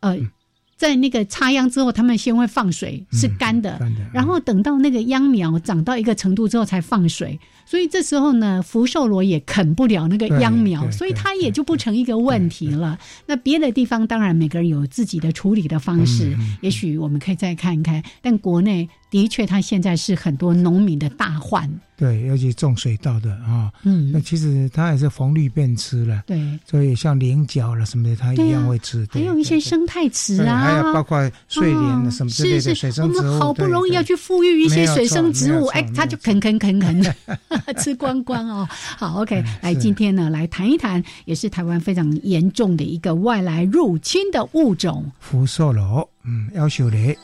[SPEAKER 2] 呃，在那个插秧之后，他们先会放水，是
[SPEAKER 3] 嗯
[SPEAKER 2] 干的，
[SPEAKER 3] 干的嗯
[SPEAKER 2] 然后等到那个秧苗长到一个程度之后才放水，所以这时候呢，福寿螺也啃不了那个秧苗，
[SPEAKER 3] 对对
[SPEAKER 2] 所以它也就不成一个问题了。那别的地
[SPEAKER 3] 嗯
[SPEAKER 2] 方当然每个人有自己的处理的方式，也许我们可以再看一看，但国内的确它现在是很多农民的大患。
[SPEAKER 3] 对，尤其种水稻的啊，那
[SPEAKER 2] 嗯，
[SPEAKER 3] 其实它也是逢绿便吃了，
[SPEAKER 2] 对，
[SPEAKER 3] 所以像菱角了什么的，它
[SPEAKER 2] 对
[SPEAKER 3] 一
[SPEAKER 2] 啊
[SPEAKER 3] 样会吃。
[SPEAKER 2] 还
[SPEAKER 3] 对
[SPEAKER 2] 有一些
[SPEAKER 3] 对
[SPEAKER 2] 生态池
[SPEAKER 3] 对
[SPEAKER 2] 啊，
[SPEAKER 3] 还有包括睡莲
[SPEAKER 2] 哦
[SPEAKER 3] 了什么之类的
[SPEAKER 2] 是
[SPEAKER 3] 水
[SPEAKER 2] 是，
[SPEAKER 3] 生植
[SPEAKER 2] 我
[SPEAKER 3] 物。
[SPEAKER 2] 们好不容易要
[SPEAKER 3] 对
[SPEAKER 2] 去富裕一些
[SPEAKER 3] 没有
[SPEAKER 2] 水生
[SPEAKER 3] 错
[SPEAKER 2] 植
[SPEAKER 3] 没有
[SPEAKER 2] 物，
[SPEAKER 3] 错
[SPEAKER 2] 哎
[SPEAKER 3] 没，有
[SPEAKER 2] 他就
[SPEAKER 3] 错
[SPEAKER 2] 啃啃啃啃， 吃光光哦。好，OK，
[SPEAKER 3] 嗯
[SPEAKER 2] 来，
[SPEAKER 3] 是
[SPEAKER 2] 今天呢，来谈一谈，也是台湾非常严重的一个外来入侵的物种。
[SPEAKER 3] 福寿螺，嗯，要修雷。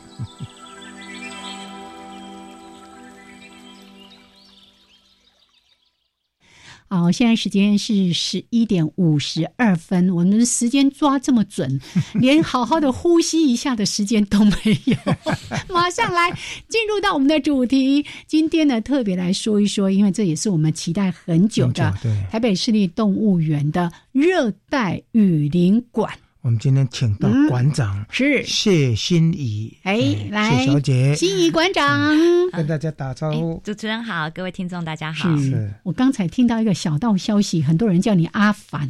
[SPEAKER 2] 好，啊现在时间是十一点五十二分，我们的时间抓这么准，连好好的呼吸一下的时间都没有。 马上来进入到我们的主题，今天呢特别来说一说，因为这也是我们期待很久的。
[SPEAKER 3] 很对，
[SPEAKER 2] 台北市立动物园的热带雨林馆
[SPEAKER 3] 我们今天请到
[SPEAKER 2] 嗯
[SPEAKER 3] 馆长
[SPEAKER 2] 是
[SPEAKER 3] 谢欣怡，
[SPEAKER 2] 哎来
[SPEAKER 3] 谢小姐
[SPEAKER 2] 心仪馆长。
[SPEAKER 3] 跟大家打招
[SPEAKER 6] 哎
[SPEAKER 3] 呼，。
[SPEAKER 6] 主持人好，各位听众大家好。
[SPEAKER 2] 是
[SPEAKER 3] 是
[SPEAKER 2] 我刚才听到一个小道消息，很多人叫你阿凡，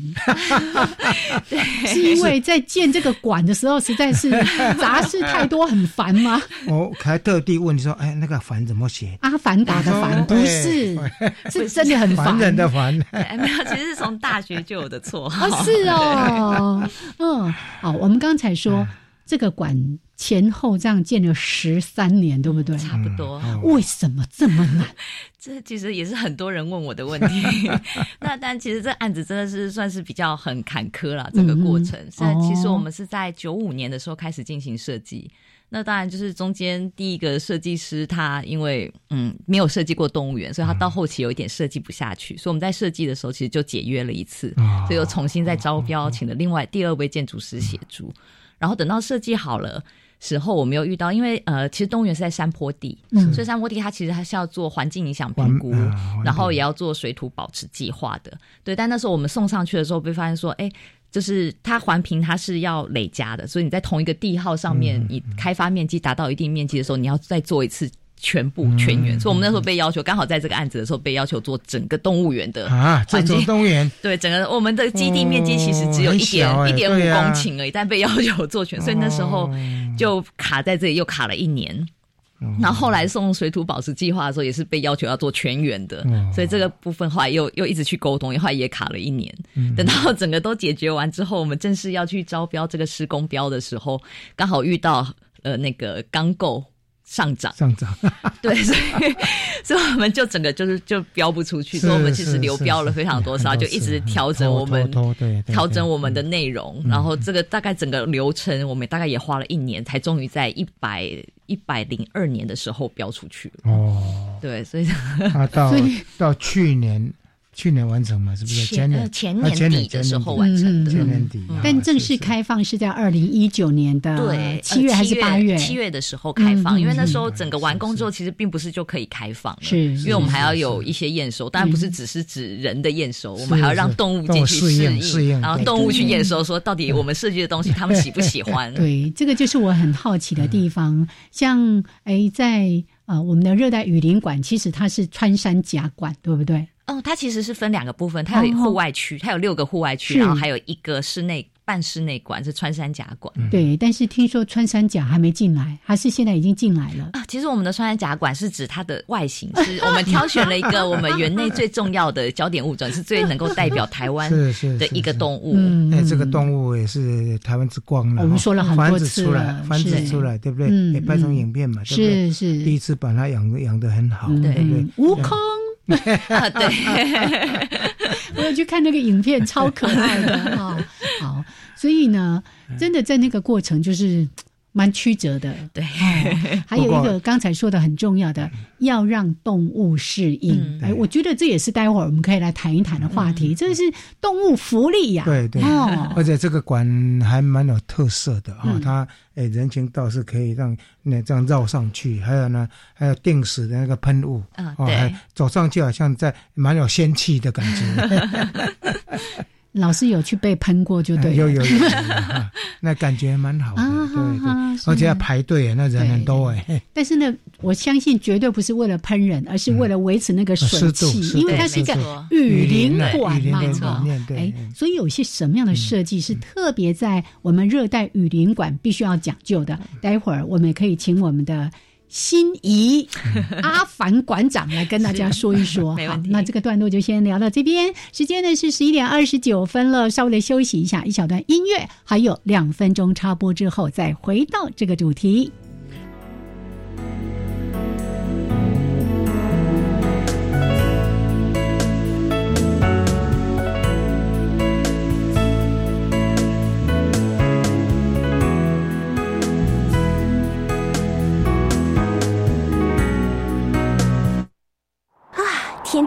[SPEAKER 2] 是因为在建这个馆的时候，实在是杂事太多，很烦吗？
[SPEAKER 3] 我哦还特地问你说，哎，那个凡怎 么写？
[SPEAKER 2] 阿凡达的
[SPEAKER 3] 哎
[SPEAKER 2] 凡不是，是真的很
[SPEAKER 3] 凡
[SPEAKER 2] 烦哦
[SPEAKER 3] 人 的凡，
[SPEAKER 6] 哎没有，其实是从大学就有的绰
[SPEAKER 2] 啊
[SPEAKER 6] 号。，
[SPEAKER 2] 是哦，嗯，好，我们刚才说这个馆前后这样建了十三年，对不对？
[SPEAKER 6] 差不多。
[SPEAKER 3] 嗯哦
[SPEAKER 2] 为什么这么难？
[SPEAKER 6] 这其实也是很多人问我的问 题。那但其实这案子真的是算是比较很坎坷啦，这个过程。
[SPEAKER 2] 嗯
[SPEAKER 6] 那、其实
[SPEAKER 2] 哦
[SPEAKER 6] 我们是在九五年的时候开始进行设计。那当然就是中间第一个设计师他因为嗯没有设计过动物园，所以他
[SPEAKER 2] 嗯
[SPEAKER 6] 到后期有一点设计不下去，所以我们在设计的时候其实就解约了一次。
[SPEAKER 3] 哦
[SPEAKER 6] 所以又重新再招标，请了另外第二位建筑师协助。然后等到设计好了时候，我们又遇到，因为呃，其实动物园是在山坡地，
[SPEAKER 2] 嗯
[SPEAKER 6] 所以山坡地它其实它是要做环境影响评
[SPEAKER 3] 环
[SPEAKER 6] 估，
[SPEAKER 3] 啊环
[SPEAKER 6] 然后
[SPEAKER 3] 评
[SPEAKER 6] 也要做水土保持计划的。对，但那时候我们送上去的时候，被发现说，哎。就是它环评它是要累加的，所以你在同一个地号上
[SPEAKER 3] 嗯
[SPEAKER 6] 面，你开发面积达到一定面积的时候，你要再做一次全部全
[SPEAKER 3] 嗯
[SPEAKER 6] 员。所以我们那时候被要求，刚好在这个案子的时候被要求做整个动物园的
[SPEAKER 3] 啊，这种动 物园
[SPEAKER 6] 对，整个我们的基地面积其实只有
[SPEAKER 3] 哦
[SPEAKER 6] 一点
[SPEAKER 3] 很小
[SPEAKER 6] 一
[SPEAKER 3] 欸
[SPEAKER 6] 点
[SPEAKER 3] 对
[SPEAKER 6] 五
[SPEAKER 3] 啊哦
[SPEAKER 6] 公顷而已，但被要求做全，所以那时候就卡在这里，又卡了一年。
[SPEAKER 3] 嗯
[SPEAKER 6] 然后后来送水土保持计划的时候，也是被要求要做全员的，
[SPEAKER 3] 哦
[SPEAKER 6] 所以这个部分后来又又一直去沟通，后来也卡了一年。
[SPEAKER 3] 嗯
[SPEAKER 6] 等到整个都解决完之后，我们正式要去招标这个施工标的时候，刚好遇到呃那个钢构上涨，
[SPEAKER 3] 上涨，
[SPEAKER 6] 对，所以所以我们就整个就是就标不出去，
[SPEAKER 3] 是
[SPEAKER 6] 所以我们其
[SPEAKER 3] 是
[SPEAKER 6] 实流
[SPEAKER 3] 是
[SPEAKER 6] 标了
[SPEAKER 3] 是
[SPEAKER 6] 非常多
[SPEAKER 2] 哎
[SPEAKER 3] 很
[SPEAKER 6] 少，就
[SPEAKER 3] 多
[SPEAKER 6] 一
[SPEAKER 3] 次
[SPEAKER 6] 直
[SPEAKER 3] 嗯
[SPEAKER 6] 调整
[SPEAKER 3] 偷
[SPEAKER 6] 我们
[SPEAKER 3] 偷偷对对
[SPEAKER 6] 调
[SPEAKER 3] 对嗯
[SPEAKER 6] 整我
[SPEAKER 2] 嗯
[SPEAKER 6] 们的内容，然后这个大概整个流程，我们大概也花了一年，才终于在一百一百零二年的时候标出去了。
[SPEAKER 3] 哦，
[SPEAKER 6] 对，所以
[SPEAKER 3] 啊，到
[SPEAKER 2] 所以
[SPEAKER 3] 到去年去年完成嘛，是不是？前
[SPEAKER 6] 呃
[SPEAKER 3] 年
[SPEAKER 6] 前
[SPEAKER 3] 啊
[SPEAKER 6] 年
[SPEAKER 3] 前年
[SPEAKER 6] 底的
[SPEAKER 3] 前
[SPEAKER 6] 时
[SPEAKER 3] 年
[SPEAKER 6] 候
[SPEAKER 3] 底
[SPEAKER 6] 完成的，
[SPEAKER 2] 嗯
[SPEAKER 3] 前
[SPEAKER 2] 嗯
[SPEAKER 3] 年底
[SPEAKER 6] 嗯，
[SPEAKER 3] 啊
[SPEAKER 2] 但正式
[SPEAKER 3] 是是
[SPEAKER 2] 开放是在二零一九年的
[SPEAKER 6] 对，
[SPEAKER 2] 嗯
[SPEAKER 6] 呃
[SPEAKER 2] 七月还是八月？
[SPEAKER 6] 七月的时候开放，
[SPEAKER 2] 嗯
[SPEAKER 6] 因为
[SPEAKER 2] 嗯
[SPEAKER 6] 那时
[SPEAKER 3] 嗯
[SPEAKER 6] 候整个完工之后，其实并不是就可以开放了，
[SPEAKER 2] 是嗯
[SPEAKER 6] 因为我们还要有
[SPEAKER 3] 是
[SPEAKER 6] 一些验收，当然不是只是指人的验收，我
[SPEAKER 3] 是
[SPEAKER 6] 们还要让
[SPEAKER 3] 是
[SPEAKER 6] 动物
[SPEAKER 3] 动
[SPEAKER 6] 进
[SPEAKER 3] 物
[SPEAKER 6] 去
[SPEAKER 3] 适应适
[SPEAKER 6] 应，
[SPEAKER 3] 应
[SPEAKER 6] 然后
[SPEAKER 3] 对
[SPEAKER 6] 动物
[SPEAKER 2] 对
[SPEAKER 6] 去
[SPEAKER 2] 对
[SPEAKER 6] 验收，说到底我们设计的东西他们喜不喜
[SPEAKER 3] 嗯
[SPEAKER 6] 欢？
[SPEAKER 2] 对，这个就是我很好奇的地方。像哎，在呃我们的热带雨林馆，其实它是穿山甲馆，对不对？
[SPEAKER 6] 哦，它其实是分两个部分，它有
[SPEAKER 2] 哦
[SPEAKER 6] 户外区，它有六个户外区，
[SPEAKER 2] 是
[SPEAKER 6] 然后还有一个室内半室内馆是穿山甲馆。
[SPEAKER 2] 对，但是听说穿山甲还没进来，还是现在已经进来了。
[SPEAKER 6] 啊，其实我们的穿山甲馆是指它的外形，是我们挑选了一个我们园内最重要的焦点物种，是最能够代表台 湾
[SPEAKER 3] 是是
[SPEAKER 6] 的一个。
[SPEAKER 3] 物。
[SPEAKER 6] 动物。
[SPEAKER 2] 嗯，
[SPEAKER 3] 哎，这个动物也是台湾之光了。
[SPEAKER 2] 我们
[SPEAKER 3] 哈
[SPEAKER 2] 说了很
[SPEAKER 3] 繁
[SPEAKER 2] 多
[SPEAKER 3] 殖
[SPEAKER 2] 次
[SPEAKER 3] 出
[SPEAKER 2] 了
[SPEAKER 3] 来，，繁殖
[SPEAKER 2] 是
[SPEAKER 3] 出来，对不
[SPEAKER 2] 嗯
[SPEAKER 3] 对？也拍成
[SPEAKER 2] 嗯
[SPEAKER 3] 影片嘛，对不对？
[SPEAKER 2] 是是，
[SPEAKER 3] 第一次把它养养得很好，
[SPEAKER 2] 嗯
[SPEAKER 3] 对不对？
[SPEAKER 2] 嗯悟空，
[SPEAKER 3] 嗯
[SPEAKER 6] 啊，对，
[SPEAKER 2] 我有去看那个影 片，超可爱的哈、好，所以呢，
[SPEAKER 3] 嗯
[SPEAKER 2] 真的在那个过程就是嘖蛮曲折的。
[SPEAKER 6] 对
[SPEAKER 2] 哦还有
[SPEAKER 3] 不
[SPEAKER 2] 一
[SPEAKER 3] 过嗯
[SPEAKER 2] 个刚才说的很重要的，要让动物适应。
[SPEAKER 6] 嗯
[SPEAKER 2] 哎，我觉得这也是待会儿我们可以来谈一谈的话题，这是动物福利呀、
[SPEAKER 3] 嗯对对
[SPEAKER 2] 哦，
[SPEAKER 3] 而且这个馆还蛮有特色的啊、
[SPEAKER 2] 嗯
[SPEAKER 3] 它诶、人行道是可以让那这样绕上去，还有呢，还有定时的那个喷雾
[SPEAKER 6] 啊
[SPEAKER 3] 哦，
[SPEAKER 6] 对
[SPEAKER 3] 还走上去好像在蛮有仙气的感 觉，
[SPEAKER 2] 老师有去被喷过就对了，
[SPEAKER 3] 有有有有、啊，那感觉蛮好的，
[SPEAKER 2] 啊
[SPEAKER 3] 对对。
[SPEAKER 2] 哈哈
[SPEAKER 3] 而且要排队，那人很多哎，
[SPEAKER 2] 但是呢，我相信绝对不是为了喷人，而是为了维持那个水
[SPEAKER 3] 湿度
[SPEAKER 2] 汽，
[SPEAKER 3] 湿度
[SPEAKER 2] 因为它是一
[SPEAKER 6] 没
[SPEAKER 2] 个
[SPEAKER 6] 错
[SPEAKER 2] 雨林
[SPEAKER 3] 啊
[SPEAKER 2] 馆
[SPEAKER 3] 雨林
[SPEAKER 2] 嘛，
[SPEAKER 3] 的
[SPEAKER 6] 没错
[SPEAKER 3] 理念对，
[SPEAKER 2] 哎
[SPEAKER 3] 嗯，
[SPEAKER 2] 所以有些什么样的设计是特别在我们热带雨林馆必须要讲究的？待会儿我们也可以请我们的心仪阿凡馆长来跟大家说一说。
[SPEAKER 6] 没问
[SPEAKER 2] 好
[SPEAKER 6] 题
[SPEAKER 2] 那这个段落就先聊到这边，时间呢是十一点二十九分了，稍微的休息一下，一小段音乐，还有两分钟插播之后再回到这个主题。
[SPEAKER 7] 天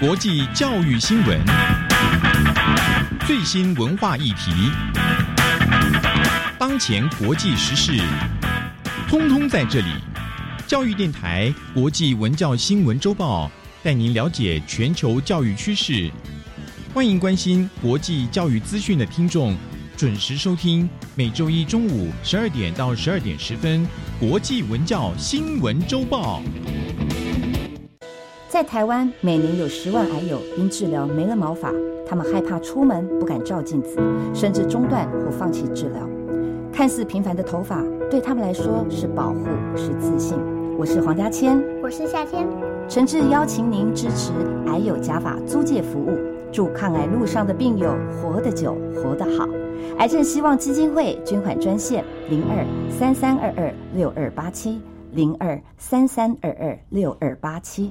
[SPEAKER 8] 国际教育新闻、最新文化议题、当前国际时事，通通在这里。教育电台国际文教新闻周报带您了解全球教育趋势。欢迎关心国际教育资讯的听众，准时收听每周一中午十二点到十二点十分《国际文教新闻周报》。
[SPEAKER 9] 在台湾，每年有十万癌友因治疗没了毛发，他们害怕出门，不敢照镜子，甚至中断或放弃治疗。看似平凡的头发，对他们来说是保护，是自信。我是黄家千，
[SPEAKER 4] 我是夏天，
[SPEAKER 9] 诚挚邀请您支持癌友假发租借服务，祝抗癌路上的病友活得久，活得好。癌症希望基金会捐款专线零二三三二二六二八七零二三三二二六二八七。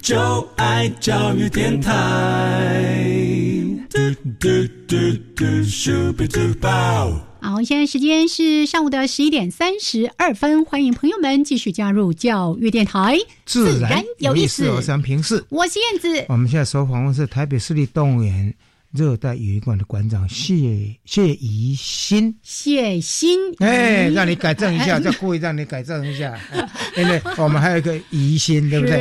[SPEAKER 10] 就爱教育电台。嘟嘟嘟嘟，Super Duper。
[SPEAKER 2] 好，现在时间是上午的十一点三十二分，欢迎朋友们继续加入教育电台，
[SPEAKER 3] 自然
[SPEAKER 2] 有意思。
[SPEAKER 3] 我是杨平视。
[SPEAKER 2] 我是燕子，
[SPEAKER 3] 我们现在所访问是台北市立动物园热带鱼馆的馆长谢谢宜新。
[SPEAKER 2] 谢欣，
[SPEAKER 3] 哎，让你改正一下，再故意让你改正一下，哎因为我们还有一个宜新，对不对？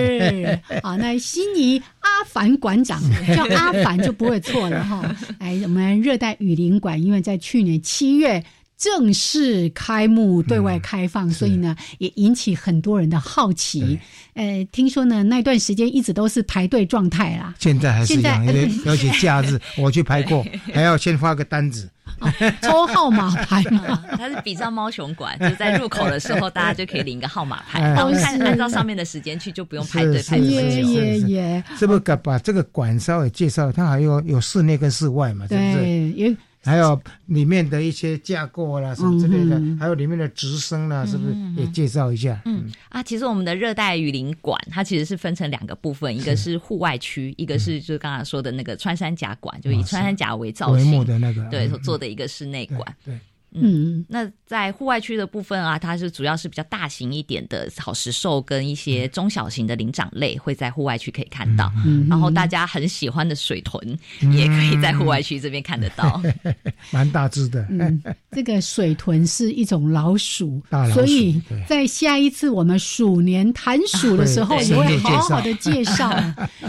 [SPEAKER 2] 是，好，那心仪阿凡馆长 叫阿凡就不会错了哈。哎，我们热带雨林馆因为在去年七月。正式开幕，对外开放，
[SPEAKER 3] 嗯
[SPEAKER 2] 所以呢，也引起很多人的好奇。呃，听说呢，那段时间一直都是排队状态啦。
[SPEAKER 3] 现在还是一样，
[SPEAKER 2] 现
[SPEAKER 3] 因
[SPEAKER 2] 在
[SPEAKER 3] 为尤其假日，我去拍过，还要先发个单子。
[SPEAKER 2] 啊抽号码牌嘛，
[SPEAKER 6] 嗯它是比照猫熊馆，就在入口的时 候，大家就可以领个号码牌，
[SPEAKER 3] 哎
[SPEAKER 6] 然后看
[SPEAKER 2] 嗯哦是
[SPEAKER 6] 按照上面的时间去，就不用排队
[SPEAKER 3] 是
[SPEAKER 6] 排这么
[SPEAKER 2] 耶
[SPEAKER 3] 是
[SPEAKER 6] 久。
[SPEAKER 2] 耶耶！
[SPEAKER 3] 是不是该把这个馆稍微介绍？它还有有室内跟室外嘛，是不是？
[SPEAKER 2] 对，也
[SPEAKER 3] 还有里面的一些架构啦，什么之类的，
[SPEAKER 2] 嗯哼
[SPEAKER 3] 还有里面的直升啦，是不是也介绍一下？嗯，
[SPEAKER 6] 啊，其实我们的热带雨林馆，它其实是分成两个部分，一个是户外区，一个是就是刚才说的那个穿山甲馆，就以
[SPEAKER 3] 啊
[SPEAKER 6] 穿山甲为造
[SPEAKER 3] 帷幕
[SPEAKER 6] 型，
[SPEAKER 3] 的那个，
[SPEAKER 6] 对，所
[SPEAKER 3] 嗯
[SPEAKER 6] 做的一个室内馆。
[SPEAKER 3] 对，
[SPEAKER 2] 嗯，
[SPEAKER 6] 那在户外区的部分啊，它是主要是比较大型一点的草食兽跟一些中小型的灵长类会在户外区可以看到，
[SPEAKER 2] 嗯
[SPEAKER 6] 然后大家很喜欢的水豚
[SPEAKER 3] 嗯
[SPEAKER 6] 也可以在户外区这边看得 到。
[SPEAKER 3] 蛮大只的。
[SPEAKER 2] 嗯，这个水豚是一种老鼠，
[SPEAKER 3] 大老鼠
[SPEAKER 2] 所以
[SPEAKER 3] 对
[SPEAKER 2] 在下一次我们鼠年谈鼠的时候，
[SPEAKER 3] 对
[SPEAKER 2] 也会好好的介绍，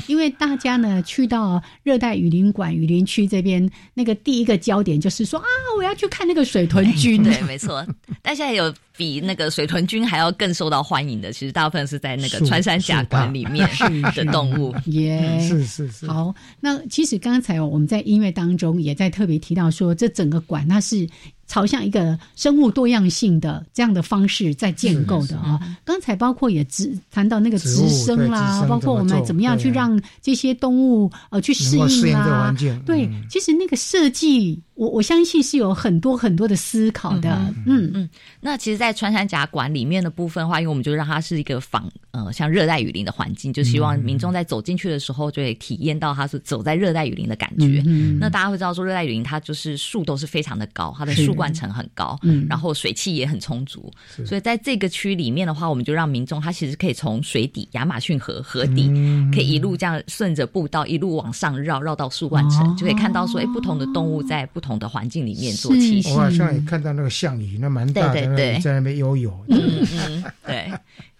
[SPEAKER 2] 因为大家呢去到热带雨林馆、雨林区这边，那个第一个焦点就是说啊，我要去看那个水豚君。
[SPEAKER 6] 对，没错。但现在有比那个水豚君还要更受到欢迎的，其实大部分是在那个
[SPEAKER 3] 树
[SPEAKER 6] 穿山甲
[SPEAKER 3] 树大
[SPEAKER 6] 馆里面的动物。
[SPEAKER 2] 耶、
[SPEAKER 3] 是是是，
[SPEAKER 2] 哎好，那其实刚才哦，我们在音乐当中也在特别提到说，这整个馆它是朝向一个生物多样性的这样的方式在建构的啊、哦。刚才包括也植谈到那个
[SPEAKER 3] 植物
[SPEAKER 2] 植生
[SPEAKER 3] 对植
[SPEAKER 2] 啦，
[SPEAKER 3] 生
[SPEAKER 2] 包括我
[SPEAKER 3] 怎么
[SPEAKER 2] 们
[SPEAKER 3] 做
[SPEAKER 2] 怎么样去
[SPEAKER 3] 对啊
[SPEAKER 2] 让这些动物呃去适
[SPEAKER 3] 能够适应这个
[SPEAKER 2] 啦
[SPEAKER 3] 环境。嗯
[SPEAKER 2] 对，其实那个设计，我我相信是有很多很多的思考的。嗯
[SPEAKER 6] 嗯，那其实，在穿山甲馆里面的部分的话，因为我们就让它是一个仿呃像热带雨林的环境，就希
[SPEAKER 3] 嗯
[SPEAKER 6] 望民众在走进去的时候，就会体验到它是走在热带雨林的感觉。
[SPEAKER 2] 嗯嗯
[SPEAKER 6] 那大家会知道说，热带雨林它就是树都是非常的高，它的
[SPEAKER 2] 是
[SPEAKER 6] 树冠层很高，
[SPEAKER 2] 嗯
[SPEAKER 6] 然后水汽也很充足，所以在这个区里面的话，我们就让民众他其实可以从水底亚马逊河河底，
[SPEAKER 3] 嗯
[SPEAKER 6] 可以一路这样顺着步道一路往上绕，绕到树冠层，
[SPEAKER 2] 哦
[SPEAKER 6] 就可以看到说，哎，不同的动物在不同的环境里面做
[SPEAKER 2] 是
[SPEAKER 6] 栖息。
[SPEAKER 3] 我好像也看到那个象鱼，那蛮大
[SPEAKER 6] 嗯对
[SPEAKER 3] 的，
[SPEAKER 6] 对
[SPEAKER 3] 那个
[SPEAKER 6] 对
[SPEAKER 3] 在那边游泳。
[SPEAKER 6] 嗯嗯，对。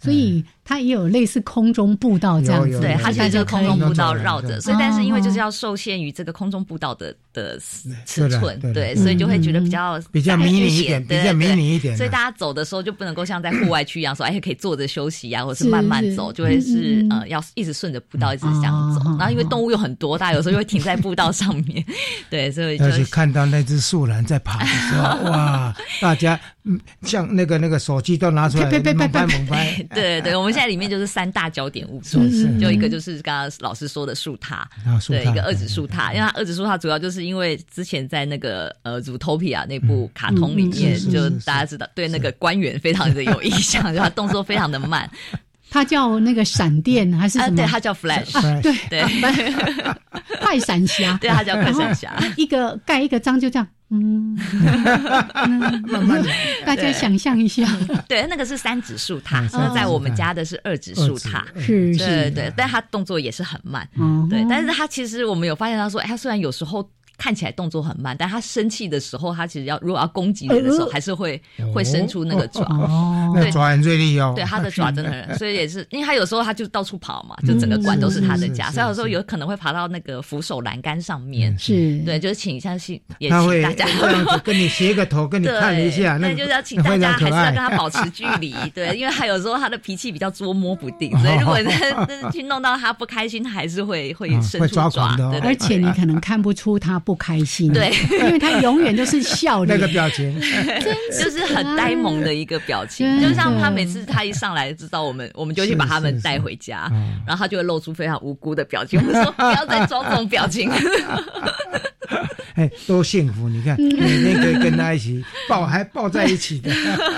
[SPEAKER 2] 所以它也有类似空中步道这样
[SPEAKER 3] 有
[SPEAKER 2] 子，
[SPEAKER 6] 对，它
[SPEAKER 2] 它
[SPEAKER 6] 其实就是空中步道绕
[SPEAKER 3] 对
[SPEAKER 6] 着，
[SPEAKER 3] 对
[SPEAKER 6] 所以但是因为
[SPEAKER 3] 嗯
[SPEAKER 6] 就是要受限于这个空中步道的的尺寸，
[SPEAKER 3] 对的对
[SPEAKER 6] 对，
[SPEAKER 3] 的
[SPEAKER 6] 所以就会觉得比较
[SPEAKER 3] 比较迷你一点
[SPEAKER 6] 对
[SPEAKER 3] 比较迷你一
[SPEAKER 6] 对
[SPEAKER 3] 点啊
[SPEAKER 6] 所以大家走的时候就不能够像在户外区一样说，哎， 可以坐着休息啊呀，或者
[SPEAKER 2] 是
[SPEAKER 6] 是慢慢走，
[SPEAKER 2] 是
[SPEAKER 6] 就会是
[SPEAKER 2] 嗯嗯
[SPEAKER 6] 呃要一直顺着步道一直这样走
[SPEAKER 2] 啊。
[SPEAKER 6] 然后因为动物又很多，大家有时候又会停在步道上面， 对，所以就
[SPEAKER 3] 而且看到那只树懒在爬的时 候，哇！大家嗯，像那个那个手机都拿出来
[SPEAKER 2] 呸呸呸
[SPEAKER 3] 猛拍
[SPEAKER 2] 呸
[SPEAKER 3] 猛 拍，
[SPEAKER 6] 对对，我们现在里面就是三大焦点物种
[SPEAKER 3] 是是，
[SPEAKER 6] 嗯就一个就是刚刚老师说的树塔
[SPEAKER 3] 啊，树哎
[SPEAKER 6] 对，
[SPEAKER 3] 塔
[SPEAKER 6] 一个
[SPEAKER 3] 对
[SPEAKER 6] 二指树塔，因为它二指树塔主要就是因为之前在那个呃《Zootopia》那部卡通里
[SPEAKER 2] 嗯嗯
[SPEAKER 6] 面
[SPEAKER 2] 是，
[SPEAKER 6] 就是
[SPEAKER 3] 是
[SPEAKER 6] 大家知道对那个官员非常的有印象，就他动作非常的慢，
[SPEAKER 2] 它叫那个闪电还 是
[SPEAKER 6] 啊
[SPEAKER 2] 什，么？啊
[SPEAKER 6] 对，他叫 Flash，
[SPEAKER 3] 对
[SPEAKER 2] 对
[SPEAKER 6] 对
[SPEAKER 2] 快闪侠，
[SPEAKER 6] 对，他叫快闪 侠，
[SPEAKER 2] 一个盖一个章就这样，嗯，大家想象一下，
[SPEAKER 6] 对，那个是三指树塔
[SPEAKER 3] 嗯，
[SPEAKER 6] 那在我们
[SPEAKER 3] 三指树塔
[SPEAKER 6] 家的是二指树塔，
[SPEAKER 3] 二指嗯
[SPEAKER 6] 对
[SPEAKER 2] 是是
[SPEAKER 6] 对对，但他动作也是很慢，
[SPEAKER 2] 哦
[SPEAKER 6] 对，但是他其实我们有发现，他说，哎，他虽然有时候看起来动作很慢，但他生气的时候，他其实要如果要攻击人的时候，
[SPEAKER 2] 哎呦
[SPEAKER 6] 还是会
[SPEAKER 3] 哦
[SPEAKER 6] 会伸出那个爪。
[SPEAKER 2] 哦，
[SPEAKER 3] 那爪很锐利哦。
[SPEAKER 6] 对他的爪真的很，所以也是因为他有时候他就到处跑嘛，就整个馆都是他的家，
[SPEAKER 3] 嗯是
[SPEAKER 6] 所
[SPEAKER 3] 是是
[SPEAKER 6] 以有时候有可能会爬到那个扶手栏杆上面
[SPEAKER 3] 嗯。
[SPEAKER 2] 是，
[SPEAKER 6] 对，就是请一下是也
[SPEAKER 3] 他会
[SPEAKER 6] 请大
[SPEAKER 3] 这
[SPEAKER 6] 家。
[SPEAKER 3] 样子跟你斜个头，跟你
[SPEAKER 6] 对，
[SPEAKER 3] 看一下，那
[SPEAKER 6] 但
[SPEAKER 3] 个
[SPEAKER 6] 就是要请大家还
[SPEAKER 3] 非
[SPEAKER 6] 是要
[SPEAKER 3] 常
[SPEAKER 6] 跟他
[SPEAKER 3] 可爱。
[SPEAKER 6] 保持距 离，对，因为他有时候他的脾气比较捉摸不
[SPEAKER 3] 哦
[SPEAKER 6] 定，所以如果真的真的去弄到他不开心，他还是会会
[SPEAKER 3] 嗯
[SPEAKER 6] 伸
[SPEAKER 3] 会
[SPEAKER 6] 出
[SPEAKER 3] 抓
[SPEAKER 6] 爪，
[SPEAKER 3] 狂的哦
[SPEAKER 6] 对，对
[SPEAKER 2] 而且你可能看不出他不开心，
[SPEAKER 6] 对，
[SPEAKER 2] 因为他永远都是笑
[SPEAKER 3] 那
[SPEAKER 2] 脸
[SPEAKER 3] 个，表情，
[SPEAKER 6] 就是很呆萌的一个表情，
[SPEAKER 2] 真的
[SPEAKER 6] 就像他每次他一上来知道我们，我们就去把他们带回家
[SPEAKER 3] 是是哦是，
[SPEAKER 6] 然后他就会露出非常无辜的表情。我们说不要再装这种表 情，
[SPEAKER 3] 哎，多幸福！你
[SPEAKER 2] 嗯
[SPEAKER 3] 看，每天可以跟他一起抱，还抱在一 起的，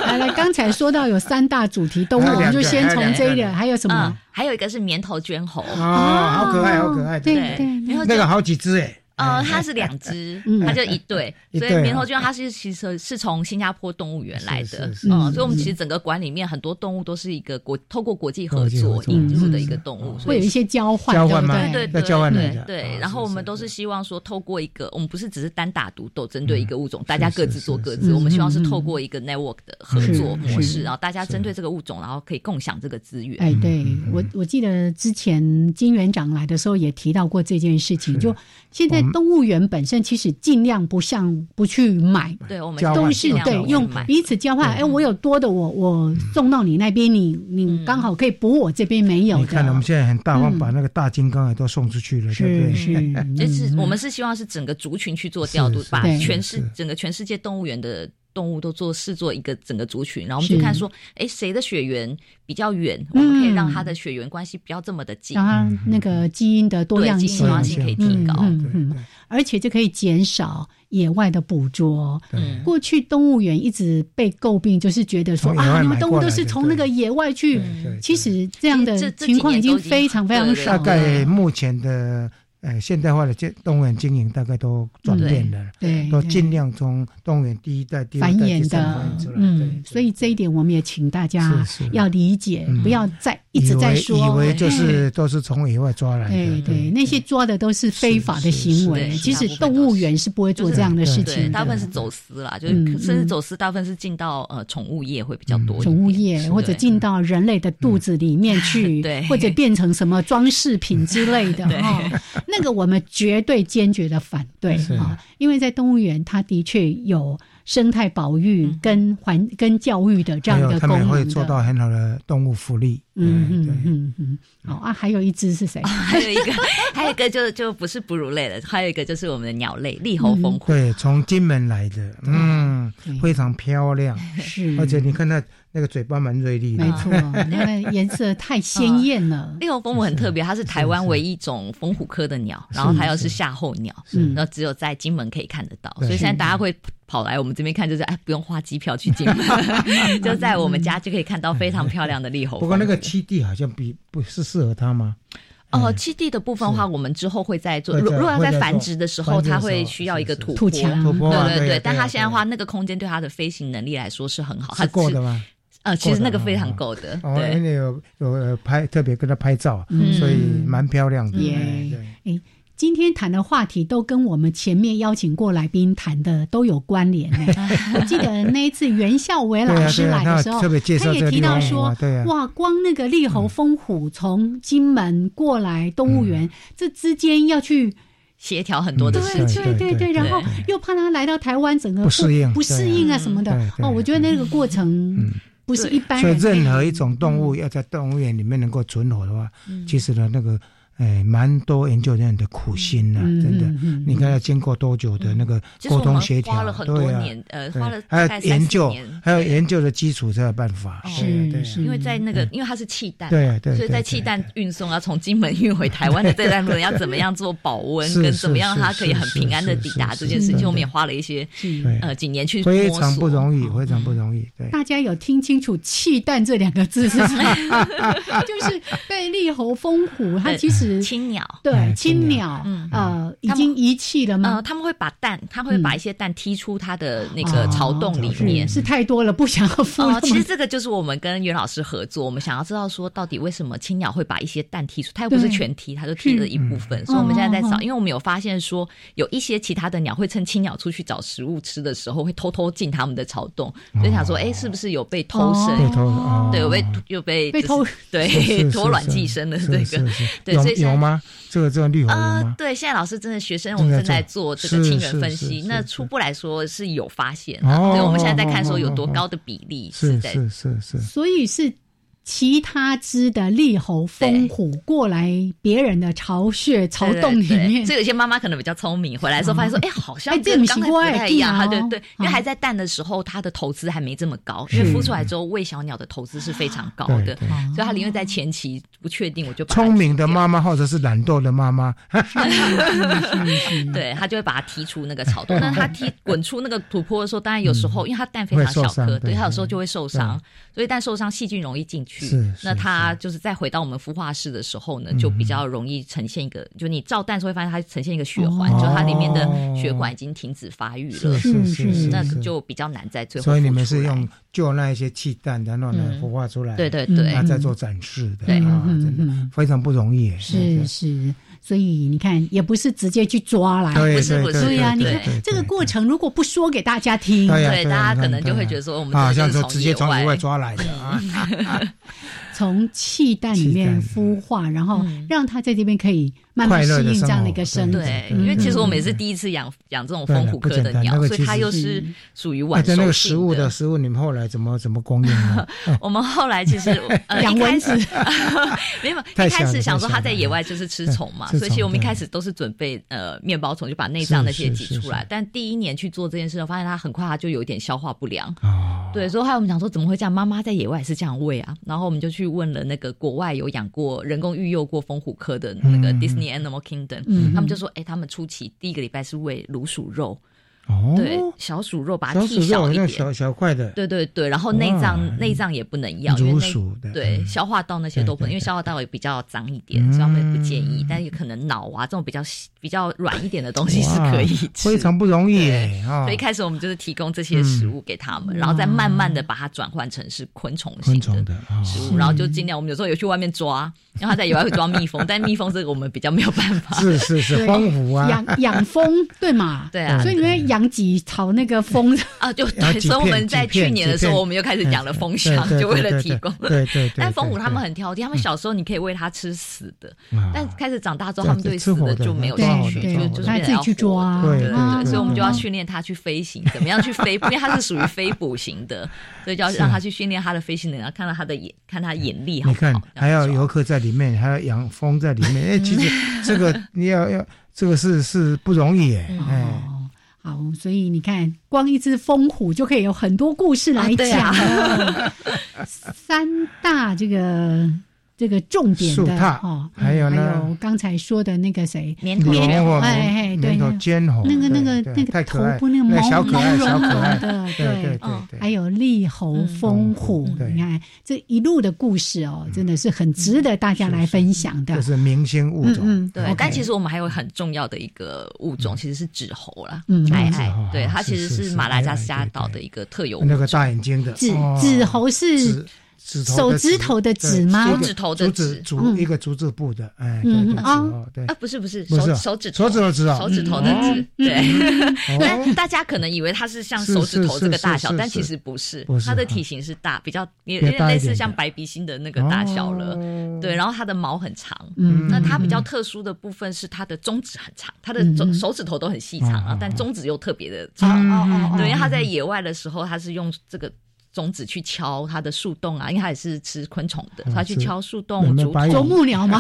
[SPEAKER 2] 来来，刚才说到有三大主题动物，
[SPEAKER 3] 还有
[SPEAKER 2] 我们就
[SPEAKER 3] 两个
[SPEAKER 2] 先
[SPEAKER 3] 还有
[SPEAKER 2] 从这一
[SPEAKER 3] 两
[SPEAKER 2] 个，
[SPEAKER 3] 个
[SPEAKER 2] 还有什
[SPEAKER 6] 嗯
[SPEAKER 2] 么？，啊
[SPEAKER 6] 还有一个是棉头绢猴，
[SPEAKER 3] 哦，好可爱，好可爱。
[SPEAKER 2] 对哦
[SPEAKER 6] 对，棉头
[SPEAKER 3] 那个
[SPEAKER 6] 绢。
[SPEAKER 3] 好几只哎。
[SPEAKER 6] 呃，它是两 只
[SPEAKER 2] 嗯，
[SPEAKER 6] 它就一对，
[SPEAKER 3] 一
[SPEAKER 6] 所
[SPEAKER 3] 对啊
[SPEAKER 6] 以棉头绢它是其实是从新加坡动物园来
[SPEAKER 3] 是
[SPEAKER 6] 的
[SPEAKER 3] 是，是
[SPEAKER 6] 嗯，
[SPEAKER 2] 是
[SPEAKER 6] 所以我们其实整个馆里面很多动物都是一个国透过国际合
[SPEAKER 3] 国际合
[SPEAKER 6] 作
[SPEAKER 3] 作
[SPEAKER 6] 引入的
[SPEAKER 2] 嗯
[SPEAKER 6] 一个动物，所
[SPEAKER 2] 会
[SPEAKER 6] 以
[SPEAKER 2] 有一些交换，
[SPEAKER 3] 交
[SPEAKER 2] 对
[SPEAKER 3] 换
[SPEAKER 2] 不
[SPEAKER 3] 吗
[SPEAKER 2] 对？
[SPEAKER 6] 对
[SPEAKER 3] 在交换
[SPEAKER 6] 对
[SPEAKER 3] 人家
[SPEAKER 6] 对
[SPEAKER 3] 啊，
[SPEAKER 6] 然后
[SPEAKER 3] 是
[SPEAKER 6] 我
[SPEAKER 3] 是
[SPEAKER 6] 们都
[SPEAKER 3] 是
[SPEAKER 6] 是希望说，透过一个，我们不是只是单打独斗，针对一个物种，大
[SPEAKER 3] 是
[SPEAKER 6] 家
[SPEAKER 3] 嗯是
[SPEAKER 6] 各自
[SPEAKER 3] 是
[SPEAKER 6] 做
[SPEAKER 3] 是
[SPEAKER 6] 各
[SPEAKER 3] 是
[SPEAKER 6] 自。我们希望是
[SPEAKER 2] 嗯嗯
[SPEAKER 6] 透过一个 network 的合
[SPEAKER 2] 是
[SPEAKER 6] 作模
[SPEAKER 2] 是
[SPEAKER 6] 式，然后大家针对这个物种，然后可以共享这个资源。
[SPEAKER 2] 哎，对我我记得之前金园长来的时候也提到过这件事情，就现在
[SPEAKER 3] 我们
[SPEAKER 2] 动物园本身其实尽量不像不去买。
[SPEAKER 6] 对，我们
[SPEAKER 3] 哎交
[SPEAKER 2] 都
[SPEAKER 3] 换
[SPEAKER 2] 是
[SPEAKER 6] 尽量
[SPEAKER 2] 对
[SPEAKER 6] 地去
[SPEAKER 2] 用
[SPEAKER 6] 买
[SPEAKER 2] 彼此交换，哎，我有多的我我送到你那边，你你刚好可以补我这边没有
[SPEAKER 3] 你
[SPEAKER 2] 的
[SPEAKER 3] 看，我们。现在很大
[SPEAKER 2] 嗯
[SPEAKER 3] 方，把那个大金刚也都送出去了，对不
[SPEAKER 2] 是
[SPEAKER 3] 对？
[SPEAKER 2] 是，
[SPEAKER 6] 这是
[SPEAKER 2] 嗯
[SPEAKER 6] 我们是希望是整个族群去做调度，
[SPEAKER 3] 是
[SPEAKER 6] 把
[SPEAKER 2] 对
[SPEAKER 6] 全世
[SPEAKER 3] 是
[SPEAKER 6] 整个全世界动物园的动物都做视作一个整个族群，然后我们去看说，哎，谁的血缘比较远，我们可以让它的血缘关系不要这么的近
[SPEAKER 2] 让，它那个基因的多
[SPEAKER 6] 对，
[SPEAKER 2] 样
[SPEAKER 6] 基因
[SPEAKER 2] 性
[SPEAKER 6] 多，样性可以提
[SPEAKER 2] 嗯
[SPEAKER 6] 高。
[SPEAKER 2] 嗯
[SPEAKER 3] 对
[SPEAKER 2] 嗯，而且这可以减少野外的捕捉。
[SPEAKER 6] 嗯
[SPEAKER 2] 过去动物园一直被诟病，就是觉得说
[SPEAKER 3] 从野外
[SPEAKER 2] 啊，你们
[SPEAKER 3] 买
[SPEAKER 2] 动物
[SPEAKER 3] 过
[SPEAKER 2] 都
[SPEAKER 3] 来
[SPEAKER 2] 是
[SPEAKER 3] 的
[SPEAKER 2] 从那
[SPEAKER 3] 对
[SPEAKER 2] 个野外去
[SPEAKER 3] 对对对
[SPEAKER 2] 其实这样的
[SPEAKER 6] 其实这
[SPEAKER 2] 情况已经非常非常
[SPEAKER 6] 这几年都已经
[SPEAKER 2] 少
[SPEAKER 3] 大
[SPEAKER 2] 了，
[SPEAKER 3] 概目前的呃现代化的建动物园经营大概都转变了，
[SPEAKER 2] 对
[SPEAKER 3] 都
[SPEAKER 2] 嗯对
[SPEAKER 3] 尽量从动物园第一代、第二
[SPEAKER 2] 繁
[SPEAKER 3] 代、第
[SPEAKER 2] 衍
[SPEAKER 3] 三代
[SPEAKER 2] 的
[SPEAKER 3] 繁衍出，来。
[SPEAKER 2] 嗯
[SPEAKER 3] 对，
[SPEAKER 2] 所以这一点我们也请大家
[SPEAKER 3] 是是
[SPEAKER 2] 要理解，
[SPEAKER 3] 嗯
[SPEAKER 2] 不要再一
[SPEAKER 3] 以
[SPEAKER 2] 直在
[SPEAKER 3] 为
[SPEAKER 2] 说，
[SPEAKER 3] 以为就
[SPEAKER 2] 哎
[SPEAKER 3] 是都是从野外抓来
[SPEAKER 2] 对
[SPEAKER 3] 的，
[SPEAKER 2] 对，那些抓的都是非法的行为，
[SPEAKER 6] 是是是
[SPEAKER 2] 其实动物园是不会做这样的事
[SPEAKER 3] 就是
[SPEAKER 6] 对，
[SPEAKER 2] 情
[SPEAKER 6] 大部分
[SPEAKER 2] 的。
[SPEAKER 6] 是走私啦，就是
[SPEAKER 2] 嗯
[SPEAKER 6] 可甚至
[SPEAKER 2] 嗯
[SPEAKER 6] 走私，大部分是进到呃宠物业会比较多一点。
[SPEAKER 2] 宠物业或者进到人类的肚子里面 去，
[SPEAKER 6] 对
[SPEAKER 2] 或者变成什么装饰品之类 的哈、那个我们绝对坚决的反对
[SPEAKER 3] 是
[SPEAKER 2] 哈、因为在动物园它的确有生态保育
[SPEAKER 6] 嗯
[SPEAKER 2] 跟环、跟教育的这样
[SPEAKER 3] 还
[SPEAKER 2] 一个
[SPEAKER 3] 有他
[SPEAKER 2] 功能
[SPEAKER 3] 们
[SPEAKER 2] 的。
[SPEAKER 3] 会做到很好的动物福利。
[SPEAKER 2] 嗯嗯嗯嗯，好啊，还有一只是 谁？
[SPEAKER 6] 还有一个， 还有一个就就不是哺乳类了，还有一个就是我们的鸟类立喉蜂
[SPEAKER 3] 嗯对，从金门来的，嗯，非常漂亮，
[SPEAKER 2] 是
[SPEAKER 3] 而且你啊看它那个嘴巴蛮锐利的，
[SPEAKER 2] 嗯没错，那个颜色太鲜艳 了。
[SPEAKER 6] 立喉蜂母很特别，它是台湾唯一一种蜂虎科的鸟，
[SPEAKER 2] 是
[SPEAKER 6] 然后它又是夏候鸟，
[SPEAKER 3] 嗯
[SPEAKER 2] 是
[SPEAKER 6] 然后只有在金门可以看得到，
[SPEAKER 2] 对
[SPEAKER 6] 所以现在大家会跑来我们这边看，就是哎，不用花机票去金 门，就在我们家就可以看到非常漂亮的立喉
[SPEAKER 3] 嗯
[SPEAKER 6] 蜂。
[SPEAKER 3] 不过那个栖地好像比不是适合它吗？
[SPEAKER 6] 哦，栖地的部分的话，我们之后会再做。
[SPEAKER 3] 嗯会
[SPEAKER 6] 如
[SPEAKER 3] 再
[SPEAKER 6] 如果要
[SPEAKER 3] 会
[SPEAKER 6] 在
[SPEAKER 3] 再
[SPEAKER 6] 繁
[SPEAKER 3] 做
[SPEAKER 6] 殖的时
[SPEAKER 3] 繁
[SPEAKER 6] 候，
[SPEAKER 3] 殖的
[SPEAKER 6] 它
[SPEAKER 3] 时
[SPEAKER 6] 会
[SPEAKER 3] 候
[SPEAKER 6] 需要一个土
[SPEAKER 3] 土
[SPEAKER 2] 嗯
[SPEAKER 3] 墙土坡啊
[SPEAKER 6] 对
[SPEAKER 3] 对啊
[SPEAKER 6] 对。但
[SPEAKER 3] 对啊啊
[SPEAKER 6] 它现在的话，那个空间对它的飞行能力来说是很好，它
[SPEAKER 3] 是够的吗？
[SPEAKER 6] 呃，其
[SPEAKER 3] 够
[SPEAKER 6] 实
[SPEAKER 3] 的
[SPEAKER 6] 那个
[SPEAKER 3] 吗
[SPEAKER 6] 非常够的。
[SPEAKER 3] 哦，
[SPEAKER 6] 对
[SPEAKER 3] 因为有有呃拍特别跟他拍照，
[SPEAKER 2] 嗯
[SPEAKER 3] 所以蛮漂亮的。
[SPEAKER 2] 耶
[SPEAKER 3] 哎对
[SPEAKER 2] 哎，今天谈的话题都跟我们前面邀请过来宾谈的都有关 联呢。我记得那一次袁孝伟老师
[SPEAKER 3] 对啊对啊
[SPEAKER 2] 来的时候，
[SPEAKER 3] 他特别介绍
[SPEAKER 2] 他也
[SPEAKER 3] 这个
[SPEAKER 2] 提
[SPEAKER 3] 立
[SPEAKER 2] 到
[SPEAKER 3] 红
[SPEAKER 2] 说
[SPEAKER 3] 花，对啊
[SPEAKER 2] 哇，光那个立猴风虎从金门过来动物
[SPEAKER 3] 嗯
[SPEAKER 2] 园，这之间要去。
[SPEAKER 6] 协调很多的事
[SPEAKER 2] 对
[SPEAKER 6] 情。
[SPEAKER 2] 对对对，然后
[SPEAKER 6] 对
[SPEAKER 2] 又怕他来到台湾，整个
[SPEAKER 3] 不适应
[SPEAKER 2] 不适应啊什么的
[SPEAKER 3] 对。对嗯
[SPEAKER 2] 哦，我觉得那个过程不是一般
[SPEAKER 3] 所以
[SPEAKER 2] 人可以
[SPEAKER 3] 任何一种动
[SPEAKER 2] 嗯
[SPEAKER 3] 物要在动物园里面能够存活的话，
[SPEAKER 6] 嗯
[SPEAKER 3] 其实呢，那个哎，蛮多研究人员的苦心呐、
[SPEAKER 2] 嗯
[SPEAKER 3] 真的
[SPEAKER 2] 嗯嗯。
[SPEAKER 3] 你看要经过多久的那个
[SPEAKER 6] 嗯其实
[SPEAKER 3] 沟
[SPEAKER 6] 我
[SPEAKER 3] 通
[SPEAKER 6] 们
[SPEAKER 3] 协调，
[SPEAKER 6] 花了很多
[SPEAKER 3] 对啊，
[SPEAKER 6] 年呃
[SPEAKER 3] 对
[SPEAKER 6] 花了
[SPEAKER 3] 还
[SPEAKER 6] 大概
[SPEAKER 3] 有研究
[SPEAKER 6] 30年，
[SPEAKER 3] 还有研究的基础才有办法。对啊对啊
[SPEAKER 6] 因为在那个，因为它是气弹嘛，
[SPEAKER 3] 对啊对啊
[SPEAKER 6] 所以在
[SPEAKER 3] 对啊
[SPEAKER 6] 气弹运送要从金门运回台湾的这段路程，要怎么样做保温，
[SPEAKER 3] 是
[SPEAKER 6] 跟
[SPEAKER 3] 是
[SPEAKER 6] 怎么样
[SPEAKER 3] 是
[SPEAKER 6] 它可以
[SPEAKER 3] 是
[SPEAKER 6] 很
[SPEAKER 3] 是
[SPEAKER 6] 平安的
[SPEAKER 3] 是
[SPEAKER 6] 抵
[SPEAKER 3] 是
[SPEAKER 6] 达
[SPEAKER 3] 是
[SPEAKER 6] 这件事
[SPEAKER 3] 是
[SPEAKER 6] 情，我
[SPEAKER 3] 对
[SPEAKER 6] 们也花了一些
[SPEAKER 3] 对
[SPEAKER 6] 呃几年去
[SPEAKER 3] 非
[SPEAKER 6] 摸
[SPEAKER 3] 常
[SPEAKER 6] 索嗯
[SPEAKER 3] 不容易，非常不容易。 对，
[SPEAKER 2] 大家有听清楚“气弹”这两个字是什么？ 就是被立猴风虎，它
[SPEAKER 6] 对
[SPEAKER 2] 其实
[SPEAKER 6] 呃青嗯鸟
[SPEAKER 2] 对
[SPEAKER 3] 哎
[SPEAKER 2] 青
[SPEAKER 3] 青
[SPEAKER 2] 鸟
[SPEAKER 3] 鸟，
[SPEAKER 2] 呃，已经遗弃了
[SPEAKER 6] 呃，
[SPEAKER 2] 吗？
[SPEAKER 6] 他们会把蛋，他们会把一些蛋踢出它的那个
[SPEAKER 3] 啊
[SPEAKER 2] 哦
[SPEAKER 6] 巢洞里面。
[SPEAKER 2] 是太多了，不想要付
[SPEAKER 6] 哦，
[SPEAKER 2] 那
[SPEAKER 6] 其
[SPEAKER 3] 嗯
[SPEAKER 2] 么
[SPEAKER 6] 实这个就是我们跟袁老师合作，我们想要知道说到底为什么青鸟会把一些蛋剔出，它又不是
[SPEAKER 2] 对
[SPEAKER 6] 全踢，它就踢了一部分。所以我们现在
[SPEAKER 3] 嗯
[SPEAKER 6] 在找，因为我们有发现说有一些其他的鸟会趁青鸟出去找食物吃的时候，会偷偷进它们的巢洞，
[SPEAKER 3] 哦
[SPEAKER 6] 所以想说，哎，是不是有被偷生？
[SPEAKER 3] 被偷哦
[SPEAKER 6] 对，有被有被
[SPEAKER 2] 被偷
[SPEAKER 6] 就是 对
[SPEAKER 3] 是
[SPEAKER 6] 偷卵寄生的这个，对，所以
[SPEAKER 3] 有
[SPEAKER 6] 现
[SPEAKER 3] 有
[SPEAKER 6] 在
[SPEAKER 3] 吗？这个这个绿猴有
[SPEAKER 6] 呃，
[SPEAKER 3] 吗？
[SPEAKER 6] 对，现在老师真的学生，我
[SPEAKER 3] 正在
[SPEAKER 6] 们正在
[SPEAKER 3] 做
[SPEAKER 6] 做这个亲
[SPEAKER 3] 是
[SPEAKER 6] 缘
[SPEAKER 3] 是
[SPEAKER 6] 分
[SPEAKER 3] 是
[SPEAKER 6] 析
[SPEAKER 3] 是。
[SPEAKER 6] 那
[SPEAKER 3] 是
[SPEAKER 6] 初步来说是有发现啊，
[SPEAKER 3] 哦
[SPEAKER 6] 对，我们现在在看说有多
[SPEAKER 3] 哦哦哦
[SPEAKER 6] 高的比例
[SPEAKER 3] 是
[SPEAKER 6] 在
[SPEAKER 3] 是是是，
[SPEAKER 2] 所以是其他只的立猴风虎过来别人的巢穴、巢
[SPEAKER 6] 对对
[SPEAKER 2] 洞里
[SPEAKER 6] 对
[SPEAKER 2] 面
[SPEAKER 6] 所以有些妈妈可能比较聪明，回来的时候发现说，哎，好像
[SPEAKER 2] 哎这
[SPEAKER 6] 跟
[SPEAKER 2] 不是
[SPEAKER 6] 刚才不太一样，
[SPEAKER 2] 我的
[SPEAKER 6] 她
[SPEAKER 2] 地
[SPEAKER 6] 对
[SPEAKER 2] 哦
[SPEAKER 6] 对，因为还在蛋的时候，它的投资还没这么高，
[SPEAKER 2] 嗯
[SPEAKER 6] 因为孵出来之后喂哎小鸟的投资是非常高
[SPEAKER 3] 对
[SPEAKER 6] 的，
[SPEAKER 3] 对
[SPEAKER 6] 所以她宁愿在前期不确定，我就把它
[SPEAKER 3] 聪明的妈妈或者是懒惰的妈妈，嗯
[SPEAKER 6] 对，他就会把它踢出那个草洞。那他 踢滚出那个土坡的时候，当然有时候因为它蛋非常小
[SPEAKER 3] 嗯会受伤
[SPEAKER 6] 颗，
[SPEAKER 3] 对
[SPEAKER 6] 对，它有时候就会受伤，所以蛋受伤细菌容易进去
[SPEAKER 3] 是是。嗯
[SPEAKER 6] 那它就是再回到我们孵化室的时候呢，就比较容易呈现一个，就你照蛋的时候会发现它呈现一个血环，
[SPEAKER 3] 哦
[SPEAKER 6] 就它里面的血管已经停止发育了，
[SPEAKER 3] 是是是是
[SPEAKER 6] 那
[SPEAKER 3] 是
[SPEAKER 6] 就比较难在最后孵出
[SPEAKER 3] 所
[SPEAKER 6] 来。
[SPEAKER 3] 以你们是用救那一些气弹，然后呢
[SPEAKER 6] 嗯
[SPEAKER 3] 孵化出来，
[SPEAKER 6] 对对对
[SPEAKER 3] 那再做展示的
[SPEAKER 6] 对
[SPEAKER 3] 啊，
[SPEAKER 2] 嗯嗯
[SPEAKER 3] 真
[SPEAKER 2] 嗯
[SPEAKER 3] 的非常不容易。
[SPEAKER 2] 是是，所以你看，也不是直接去抓来，
[SPEAKER 3] 对
[SPEAKER 6] 不是啊
[SPEAKER 3] 对
[SPEAKER 6] 不是
[SPEAKER 3] 对
[SPEAKER 2] 对呀、
[SPEAKER 3] 对
[SPEAKER 2] 你
[SPEAKER 3] 对
[SPEAKER 2] 看
[SPEAKER 3] 对
[SPEAKER 2] 这个
[SPEAKER 3] 对
[SPEAKER 2] 过程如果不说给大家听，
[SPEAKER 3] 对呀啊
[SPEAKER 6] 对
[SPEAKER 3] 对呀
[SPEAKER 6] 大家可
[SPEAKER 3] 对
[SPEAKER 6] 能
[SPEAKER 3] 呀
[SPEAKER 6] 就会
[SPEAKER 3] 对呀
[SPEAKER 6] 觉得说我们
[SPEAKER 3] 啊好
[SPEAKER 6] 这个
[SPEAKER 3] 像
[SPEAKER 6] 就是
[SPEAKER 3] 说
[SPEAKER 6] 从
[SPEAKER 3] 直接
[SPEAKER 6] 野
[SPEAKER 3] 从
[SPEAKER 6] 外
[SPEAKER 3] 野外抓来的啊，
[SPEAKER 2] 从气蛋里面
[SPEAKER 3] 气
[SPEAKER 2] 孵化，然后
[SPEAKER 6] 嗯
[SPEAKER 2] 让它在这边可以慢慢
[SPEAKER 3] 快乐
[SPEAKER 2] 适
[SPEAKER 3] 的
[SPEAKER 2] 应这样的一个
[SPEAKER 3] 生
[SPEAKER 2] 生
[SPEAKER 3] 活
[SPEAKER 2] 活。
[SPEAKER 6] 对，
[SPEAKER 3] 对
[SPEAKER 6] 因为
[SPEAKER 3] 对
[SPEAKER 6] 其实我们
[SPEAKER 3] 对
[SPEAKER 6] 也是
[SPEAKER 3] 对
[SPEAKER 6] 第一次养养这种
[SPEAKER 3] 嗯对
[SPEAKER 6] 蜂
[SPEAKER 3] 了
[SPEAKER 6] 虎
[SPEAKER 3] 不
[SPEAKER 6] 科
[SPEAKER 3] 简
[SPEAKER 6] 的
[SPEAKER 3] 单
[SPEAKER 6] 鸟
[SPEAKER 3] 那，个
[SPEAKER 6] 所以
[SPEAKER 3] 其
[SPEAKER 6] 它
[SPEAKER 3] 实
[SPEAKER 6] 又
[SPEAKER 2] 是
[SPEAKER 6] 是属于
[SPEAKER 3] 哎
[SPEAKER 6] 晚熟
[SPEAKER 3] 对，
[SPEAKER 6] 性
[SPEAKER 3] 那个食 物
[SPEAKER 6] 的
[SPEAKER 3] 的食物，你们后来怎么怎么供应呢？哎
[SPEAKER 6] 我们后来 其实呃
[SPEAKER 2] 养
[SPEAKER 6] 一开
[SPEAKER 2] 蚊
[SPEAKER 6] 始 没有，
[SPEAKER 3] 太
[SPEAKER 6] 一
[SPEAKER 3] 小
[SPEAKER 6] 开始
[SPEAKER 3] 了
[SPEAKER 6] 想
[SPEAKER 3] 太
[SPEAKER 6] 说
[SPEAKER 3] 小
[SPEAKER 6] 他在
[SPEAKER 3] 了
[SPEAKER 6] 野外就是吃
[SPEAKER 3] 对
[SPEAKER 6] 虫嘛，
[SPEAKER 3] 吃
[SPEAKER 6] 所以其实
[SPEAKER 3] 虫
[SPEAKER 6] 我们一
[SPEAKER 3] 对
[SPEAKER 6] 开始都是准备呃面包虫，就把内脏那些
[SPEAKER 3] 是
[SPEAKER 6] 挤
[SPEAKER 3] 是
[SPEAKER 6] 出来
[SPEAKER 3] 是。
[SPEAKER 6] 但第一年去做这件事，我发现他很快他就有一点消化不良。
[SPEAKER 3] 哦，
[SPEAKER 6] 对，所以后来我们想说怎么会这样？妈妈在野外也是这样喂啊，然后我们就去问了那个国外有养过人工育幼过蜂虎科的那个
[SPEAKER 3] 嗯
[SPEAKER 6] Disney Animal Kingdom，、
[SPEAKER 2] 嗯
[SPEAKER 6] 他们就说，哎、他们初期第一个礼拜是喂卤鼠肉，
[SPEAKER 3] 哦，
[SPEAKER 6] 对，小鼠肉把它
[SPEAKER 3] 小
[SPEAKER 6] 剃
[SPEAKER 3] 鼠肉
[SPEAKER 6] 小一
[SPEAKER 3] 那
[SPEAKER 6] 点，
[SPEAKER 3] 小小块的，
[SPEAKER 6] 对对对，然后内脏
[SPEAKER 3] 哇
[SPEAKER 6] 内脏也不能要，因为
[SPEAKER 3] 如
[SPEAKER 6] 内
[SPEAKER 3] 鼠的
[SPEAKER 6] 对
[SPEAKER 3] 嗯
[SPEAKER 6] 消化道那些都不能，
[SPEAKER 3] 对对
[SPEAKER 6] 因为
[SPEAKER 3] 对嗯
[SPEAKER 6] 消化道也比较脏一点，所以他们也不建议。但有可能脑啊这种比较比较软一点的东西是可以
[SPEAKER 3] 哇
[SPEAKER 6] 吃
[SPEAKER 3] 非。常不容易耶啊！嗯
[SPEAKER 6] 所以一开始我们就是提供这些食物给他们，然后再慢慢的把它转换成是昆虫
[SPEAKER 3] 昆
[SPEAKER 6] 性
[SPEAKER 3] 虫的
[SPEAKER 6] 的
[SPEAKER 3] 啊，
[SPEAKER 6] 食物，然后就尽量我们有时候有去外面抓，然后它在野外会抓蜜 蜂，但蜜蜂这个我们比较没有办法。
[SPEAKER 3] 是是是，
[SPEAKER 2] 对
[SPEAKER 3] 荒芜啊，
[SPEAKER 2] 养养蜂对嘛？
[SPEAKER 6] 对啊
[SPEAKER 2] 所以你们养几草那个风
[SPEAKER 6] 啊， 就对，所以我们在去年的时候，我们就开始讲了风箱，就为了提供。
[SPEAKER 3] 哎对 对。嗯啊
[SPEAKER 6] 但风虎他们很挑剔，他们小时候你可以喂它吃死的，但开始长大之后，他们对死的就没有兴趣，就就是
[SPEAKER 2] 自己去抓。啊
[SPEAKER 6] 对对对，所以我们就要训练它去飞行，怎么样去飞？因为它是属于飞捕型的， 所以就要让它去训练它的飞行能力，看到它的眼，看它眼力好
[SPEAKER 3] 你看，还要游客在里面，还要养蜂在里面。哎，其实这个你要要，这个是是不容易哎，哎。
[SPEAKER 2] 哦好，所以你看，光一只风虎就可以有很多故事来讲。啊啊、三大这个这个重点的嗯
[SPEAKER 3] 哦，还有
[SPEAKER 2] 还有刚才说的那个谁，
[SPEAKER 6] 棉头棉
[SPEAKER 3] 头，哎哎，对，尖头，
[SPEAKER 2] 那个那个那个头部那个毛
[SPEAKER 3] 小可爱小可爱
[SPEAKER 2] 的，
[SPEAKER 3] 对嗯
[SPEAKER 2] 对，还有力猴风虎，你看这一路的故事哦，真的是很值得大家来分享的，
[SPEAKER 3] 这嗯是明星物种。
[SPEAKER 6] 嗯，对。但其实我们还有很重要的一个物种，其实是纸猴啦，矮矮，对，它其实嗯哦是哎马来西亚岛的一个特有物种，
[SPEAKER 3] 那个大眼睛的
[SPEAKER 2] 纸纸猴是。手指头的指吗？
[SPEAKER 6] 手指头的
[SPEAKER 3] 指，竹一个竹字部的，哎，嗯
[SPEAKER 6] 啊，对啊，不是不是，手手指
[SPEAKER 3] 手指头指啊，
[SPEAKER 6] 手指头的指，对。但大家可能以为它哦是像手指头这个大小，但其实不是，它的体型是大，比较也类似像白鼻心的那个大小了，对。然后它的毛很长，
[SPEAKER 2] 嗯
[SPEAKER 3] 嗯
[SPEAKER 6] 那它比较特殊的部分是它的中指很长，它的手手指头都很细长啊，但中指又特别的
[SPEAKER 3] 嗯
[SPEAKER 6] 长，对，因为它在野外的时候，它是用这个。种子去敲它的树洞啊，因为它也是吃昆虫的，它去敲树洞、
[SPEAKER 2] 啄啄木鸟嘛，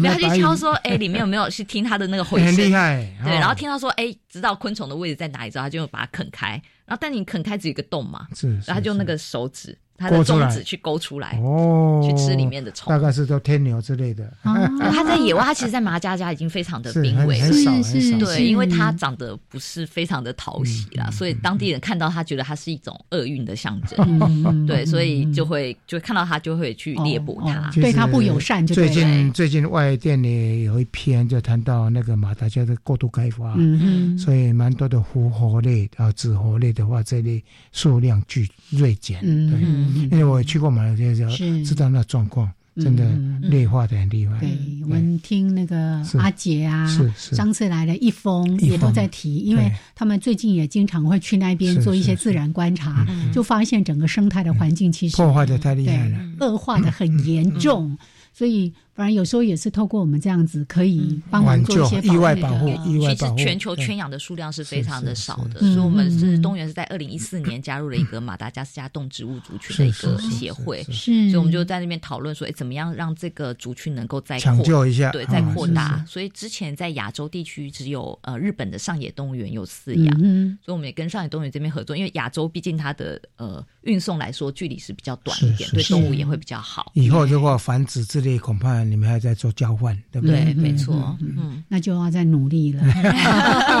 [SPEAKER 6] 没有它去敲说，哎，里面有没有去听它的那个回声？
[SPEAKER 3] 很厉害，哦
[SPEAKER 6] 对，然后听到说，哎，知道昆虫的位置在哪里之后，它就把它啃开，然后但你啃开只有一个洞嘛，然后就那个手指，它的中指去勾出来，
[SPEAKER 3] 哦，
[SPEAKER 6] 去吃里面的虫，嗯
[SPEAKER 3] 大概是都天牛之类的。
[SPEAKER 2] 啊
[SPEAKER 6] 它在野外，它其实，在马加加已经非常的濒危，
[SPEAKER 3] 是是，
[SPEAKER 6] 对，因为它长得不是非常的讨喜
[SPEAKER 3] 嗯
[SPEAKER 6] 啦，所以当地人看到它，觉得它是一种厄运的象征。嗯，哦对，所以就会就看到它就会
[SPEAKER 2] 哦
[SPEAKER 6] 去猎捕它，
[SPEAKER 2] 对它不友善。
[SPEAKER 3] 最近最近外电呢有一篇就谈到那个马达加的过度开发，嗯嗯，所以蛮多的狐猴类啊、紫猴类的话，这类数量剧锐减。
[SPEAKER 6] 嗯
[SPEAKER 2] 嗯
[SPEAKER 3] 对，嗯因为我去过马达加，知道那状况。
[SPEAKER 6] 嗯
[SPEAKER 3] 真的内化的很厉害。
[SPEAKER 2] 对，我们听那个阿杰啊，上次来的一峰也都在提，因为他们最近也经常会去那边做一些自然观察，就发现整个生态的环境其实
[SPEAKER 3] 嗯破坏的太厉害了，嗯
[SPEAKER 2] 恶化的很严重。所以，不然有时候也是透过我们这样子，可以帮忙做一些
[SPEAKER 3] 嗯意外保
[SPEAKER 6] 哦
[SPEAKER 3] 护。
[SPEAKER 6] 其实全球圈养的数量是非常的少的，所以我们是东原是在二零一四年加入了一个马达加斯加动植物族群的一个协会，
[SPEAKER 2] 是，
[SPEAKER 6] 所以我们就在那边讨论说，哎，怎么样让这个族群能够再
[SPEAKER 3] 抢救一下，啊
[SPEAKER 6] 对，再扩大。所以之前在亚洲地区只有呃日本的上野动物园有饲
[SPEAKER 3] 嗯
[SPEAKER 6] 养，
[SPEAKER 2] 嗯
[SPEAKER 6] 所以我们也跟上野动物园这边合作，因为亚洲毕竟它的呃运送来说距离是比较短一点，对动物也会比较好。
[SPEAKER 3] 以后如果繁殖之对，恐怕你们还在做交换，对不对？
[SPEAKER 6] 对，没错，嗯，
[SPEAKER 2] 那就要再努力了。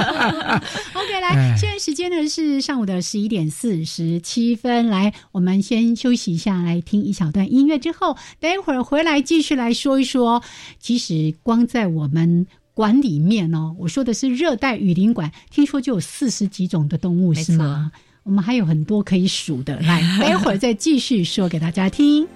[SPEAKER 2] OK，来，现在时间呢是上午的十一点四十七分，来，我们先休息一下，来听一小段音乐，之后等一会儿回来继续来说一说。其实光在我们馆里面哦，我说的是热带雨林馆，听说就有四十几种的动物，是吗？我们还有很多可以数的，来，待会儿再继续说给大家听。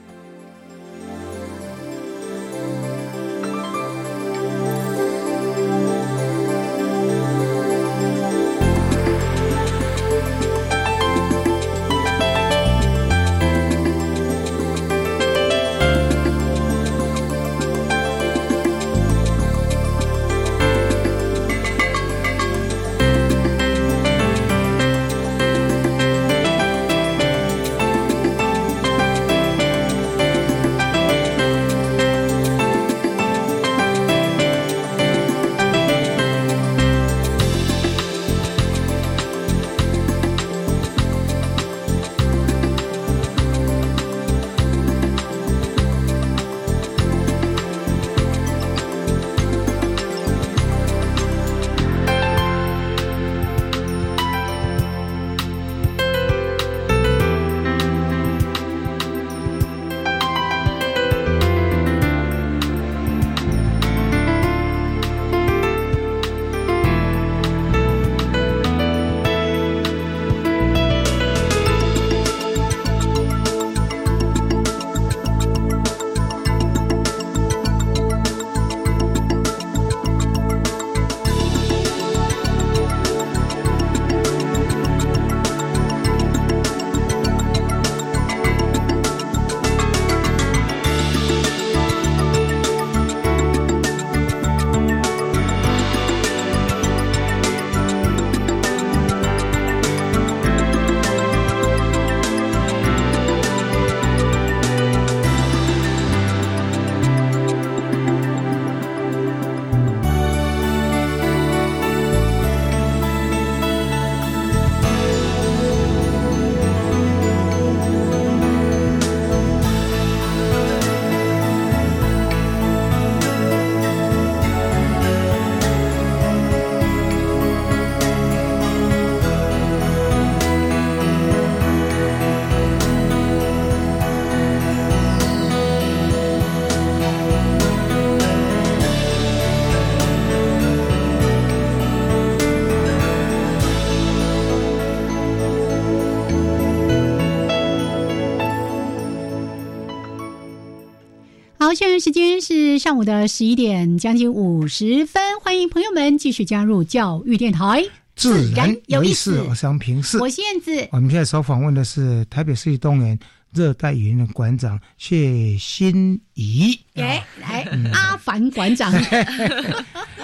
[SPEAKER 2] 好，现在时间是上午的十一点将近五十分，欢迎朋友们继续加入教育电台。
[SPEAKER 3] 自然有意思，我想平视。
[SPEAKER 2] 我是燕子。
[SPEAKER 3] 我们现在所访问的是台北市立动物园热带园的馆长谢欣怡。
[SPEAKER 2] 哎，来，
[SPEAKER 3] 嗯
[SPEAKER 2] 阿凡馆 长，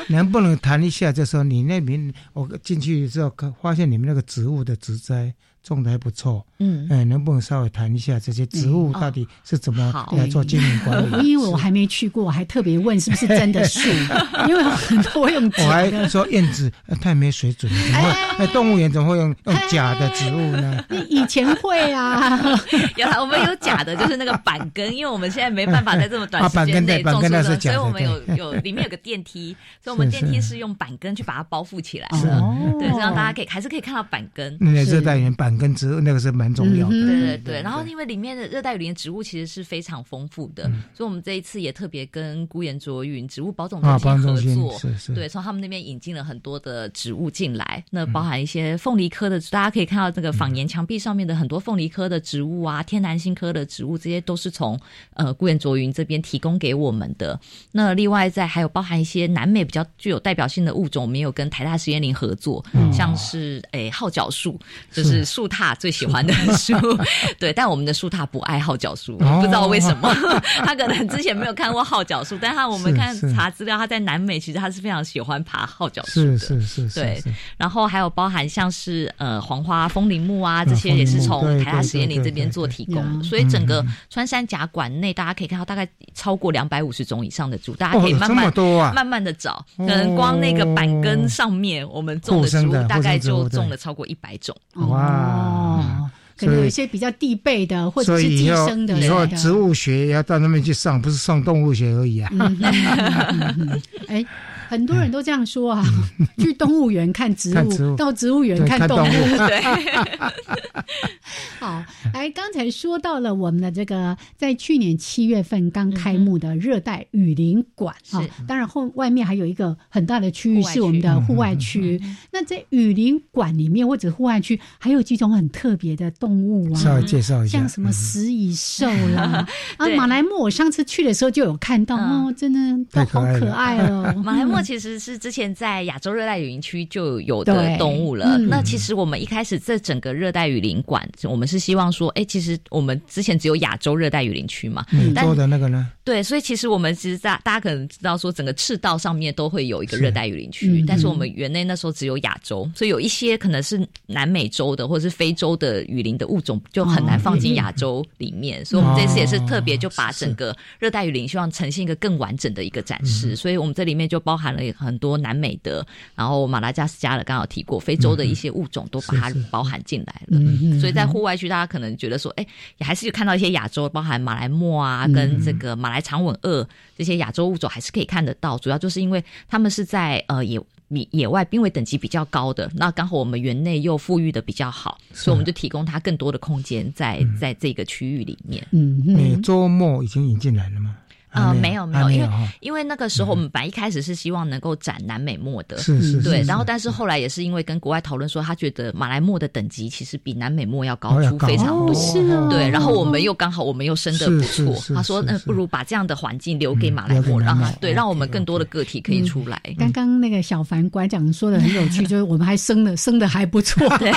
[SPEAKER 3] 能不能谈一下？就说你那边，我进去之后发现你们那个植物的植栽种的还不错。
[SPEAKER 6] 嗯，
[SPEAKER 3] 哎，能不能稍微谈一下这些植物到底是怎么来做经营管
[SPEAKER 2] 我
[SPEAKER 3] 理？
[SPEAKER 2] 因为我还没去过，我还特别问是不是真的 树，因为很多用
[SPEAKER 3] 我
[SPEAKER 2] 假
[SPEAKER 3] 还
[SPEAKER 2] 的。
[SPEAKER 3] 说燕子呃太没水准了，怎么会？哎，动物园怎么会用用假的植物呢？
[SPEAKER 2] 以前会啊，
[SPEAKER 6] 有啦，我们有假的，就是那个板根，因为我们现在没办法在这么短
[SPEAKER 3] 啊
[SPEAKER 6] 时间内
[SPEAKER 3] 板
[SPEAKER 6] 种
[SPEAKER 3] 根对板根
[SPEAKER 6] 出
[SPEAKER 3] 那是
[SPEAKER 6] 的，所
[SPEAKER 3] 假
[SPEAKER 6] 以
[SPEAKER 3] 的
[SPEAKER 6] 我们有
[SPEAKER 3] 对
[SPEAKER 6] 有 里面有个电梯，所以我们
[SPEAKER 3] 是
[SPEAKER 6] 电梯
[SPEAKER 3] 是
[SPEAKER 6] 是用板根去把它包覆起来
[SPEAKER 3] 是哦
[SPEAKER 6] 的，对，让大家可以还是可以看到板根。
[SPEAKER 3] 那个热带园板根植物那个是蛮重要的。
[SPEAKER 6] 对对对，然后因为里面的热带雨林的植物其实是非常丰富的，
[SPEAKER 3] 嗯
[SPEAKER 6] 所以我们这一次也特别跟孤岩卓云植物保种
[SPEAKER 3] 啊
[SPEAKER 6] 中
[SPEAKER 3] 保种
[SPEAKER 6] 心
[SPEAKER 3] 中
[SPEAKER 6] 合作，
[SPEAKER 3] 心是嗯是
[SPEAKER 6] 对，从他们那边引进了很多的植物进来，那包含一些凤梨科的，大家可以看到这
[SPEAKER 3] 嗯
[SPEAKER 6] 个仿岩墙壁上面的很多凤梨科的植物啊，天南星科的植物，这些都是从呃孤岩卓云这边提供给我们的。那另外在还有包含一些南美比较具有代表性的物种，我们也有跟台大实验林合作，
[SPEAKER 3] 嗯
[SPEAKER 6] 像是诶号角树，就是树踏最喜欢的树， 对，但我们的树踏不爱号角树，
[SPEAKER 3] 哦
[SPEAKER 6] 不知道为什么， 他可能之前没有看过号角树，但他我们
[SPEAKER 3] 是
[SPEAKER 6] 看
[SPEAKER 3] 是
[SPEAKER 6] 查资料，他在南美其实他是非常喜欢爬号角树
[SPEAKER 3] 是
[SPEAKER 6] 的，
[SPEAKER 3] 是是是，
[SPEAKER 6] 对
[SPEAKER 3] 是
[SPEAKER 6] 然后还有包含像是呃黄花风铃木啊，这
[SPEAKER 3] 啊
[SPEAKER 6] 些也是
[SPEAKER 3] 风铃
[SPEAKER 6] 从
[SPEAKER 3] 木
[SPEAKER 6] 台大实验林
[SPEAKER 3] 对对嗯
[SPEAKER 6] 这边做提供
[SPEAKER 2] 对对
[SPEAKER 6] 的，
[SPEAKER 2] 对
[SPEAKER 6] 所以整个穿山甲馆内，大家可以看到大概超过两百五十种以上的植物，大家
[SPEAKER 3] 哦
[SPEAKER 6] 可以慢
[SPEAKER 3] 这
[SPEAKER 6] 慢
[SPEAKER 3] 么多啊
[SPEAKER 6] 慢慢的找，
[SPEAKER 3] 哦
[SPEAKER 6] 可能光那个板根上面我们种的植
[SPEAKER 3] 后生
[SPEAKER 6] 物
[SPEAKER 3] 的
[SPEAKER 6] 大概
[SPEAKER 3] 后
[SPEAKER 6] 就
[SPEAKER 3] 生植物
[SPEAKER 6] 种了超过一百 种。
[SPEAKER 2] 哦
[SPEAKER 3] 哇，
[SPEAKER 2] 可能
[SPEAKER 3] 所以
[SPEAKER 2] 有一些比较地被的，或者
[SPEAKER 3] 所
[SPEAKER 2] 是
[SPEAKER 3] 以
[SPEAKER 2] 寄
[SPEAKER 3] 以后
[SPEAKER 2] 生的。
[SPEAKER 3] 以后
[SPEAKER 2] 对啊
[SPEAKER 3] 植物学也要到那边去上，不是上动物学而已啊。
[SPEAKER 2] 嗯 嗯哎，很多人都这样说啊， 去动物园看植
[SPEAKER 3] 嗯看植
[SPEAKER 2] 物，
[SPEAKER 3] 物
[SPEAKER 2] 到植物园
[SPEAKER 3] 对
[SPEAKER 2] 看
[SPEAKER 3] 看
[SPEAKER 2] 动
[SPEAKER 3] 动物
[SPEAKER 6] 对，
[SPEAKER 2] 好，来，刚才说到了我们的这个，在去年七月份刚开幕的热带雨林馆啊、
[SPEAKER 6] 是
[SPEAKER 2] 当然后外面还有一个很大的区域
[SPEAKER 6] 户外
[SPEAKER 2] 是我们的
[SPEAKER 3] 区嗯
[SPEAKER 2] 户外区。那在雨林馆里面或者户外区，还有几种很特别的动物
[SPEAKER 3] 稍微
[SPEAKER 2] 啊。
[SPEAKER 3] 介绍一下，嗯
[SPEAKER 2] 像什么食蚁兽 啦，啊，
[SPEAKER 6] 对
[SPEAKER 2] 马来貘，我上次去的时候就有看到
[SPEAKER 6] 嗯
[SPEAKER 2] 哦，真的都
[SPEAKER 3] 太可
[SPEAKER 2] 好
[SPEAKER 3] 爱了
[SPEAKER 2] 可爱哦。
[SPEAKER 6] 马来貘其实是之前在亚洲热带雨林区就有
[SPEAKER 2] 对
[SPEAKER 6] 的动物了。
[SPEAKER 2] 嗯
[SPEAKER 6] 那其实我们一开始这整个热带雨林馆，我们是希望说，哎，其实我们之前只有亚洲热带雨林区嘛，
[SPEAKER 3] 嗯美
[SPEAKER 6] 嗯但
[SPEAKER 3] 洲的那个呢？
[SPEAKER 6] 对，所以其实我们其实大大家可能知道说，整个赤道上面都会有一个热带雨林区，
[SPEAKER 2] 是嗯
[SPEAKER 6] 但是我们园内那时候只有亚洲，所以有一些可能是南美洲的或者是非洲的雨林的物种就很难放进亚洲里面，所以我们这次也是特别
[SPEAKER 2] 哦
[SPEAKER 6] 就把整个热带雨林希望呈现一个更完整的一个展示，
[SPEAKER 2] 嗯
[SPEAKER 6] 所以我们这里面就包含了很多南美的，然后马达加斯加的刚好提过，非洲的一些物种都把它
[SPEAKER 3] 是是
[SPEAKER 6] 包含进来了。
[SPEAKER 2] 嗯嗯
[SPEAKER 6] 所以在户外区，大家可能觉得说，哎、也还是有看到一些亚洲，包含马来貘啊，
[SPEAKER 3] 嗯
[SPEAKER 6] 跟这个马来长吻鳄这些亚洲物种，还是可以看得到。主要就是因为他们是在呃野野野外濒危等级比较高的，那刚好我们园内又富裕的比较好，所以我们就提供它更多的空间在
[SPEAKER 3] 嗯
[SPEAKER 6] 在这个区域里面。
[SPEAKER 2] 嗯
[SPEAKER 3] 美
[SPEAKER 2] 嗯，
[SPEAKER 3] 洲末已经引进来了吗？
[SPEAKER 6] 呃，
[SPEAKER 3] 还
[SPEAKER 6] 没有没有，
[SPEAKER 3] 还
[SPEAKER 6] 因为
[SPEAKER 3] 哈
[SPEAKER 6] 因为那个时候我们本来一开始是希望能够展南美墨的，
[SPEAKER 3] 是是是
[SPEAKER 6] 呃嗯对，
[SPEAKER 3] 是
[SPEAKER 6] 然后但是后来也是因为跟国外讨论说，他觉得马来貘的等级其实比南美墨要高
[SPEAKER 3] 哦要
[SPEAKER 6] 出非常
[SPEAKER 3] 高
[SPEAKER 6] 多，
[SPEAKER 3] 哦是哦
[SPEAKER 6] 对，然后我们又刚好我们又生的不
[SPEAKER 3] 是
[SPEAKER 6] 错
[SPEAKER 3] 是是，
[SPEAKER 6] 他说
[SPEAKER 3] 是
[SPEAKER 6] 那
[SPEAKER 3] 是
[SPEAKER 6] 不如把这样的环境留给马来
[SPEAKER 3] 嗯留
[SPEAKER 6] 貘，
[SPEAKER 3] 给
[SPEAKER 6] 让
[SPEAKER 3] 南
[SPEAKER 6] 他
[SPEAKER 3] 美
[SPEAKER 6] 对，
[SPEAKER 3] 哦
[SPEAKER 6] 让我们
[SPEAKER 3] OK，OK 嗯
[SPEAKER 6] 更多的个体可以出来。嗯
[SPEAKER 2] 刚刚那个小凡馆长说的很有 趣，就是我们还生的生的还不错，
[SPEAKER 6] 对，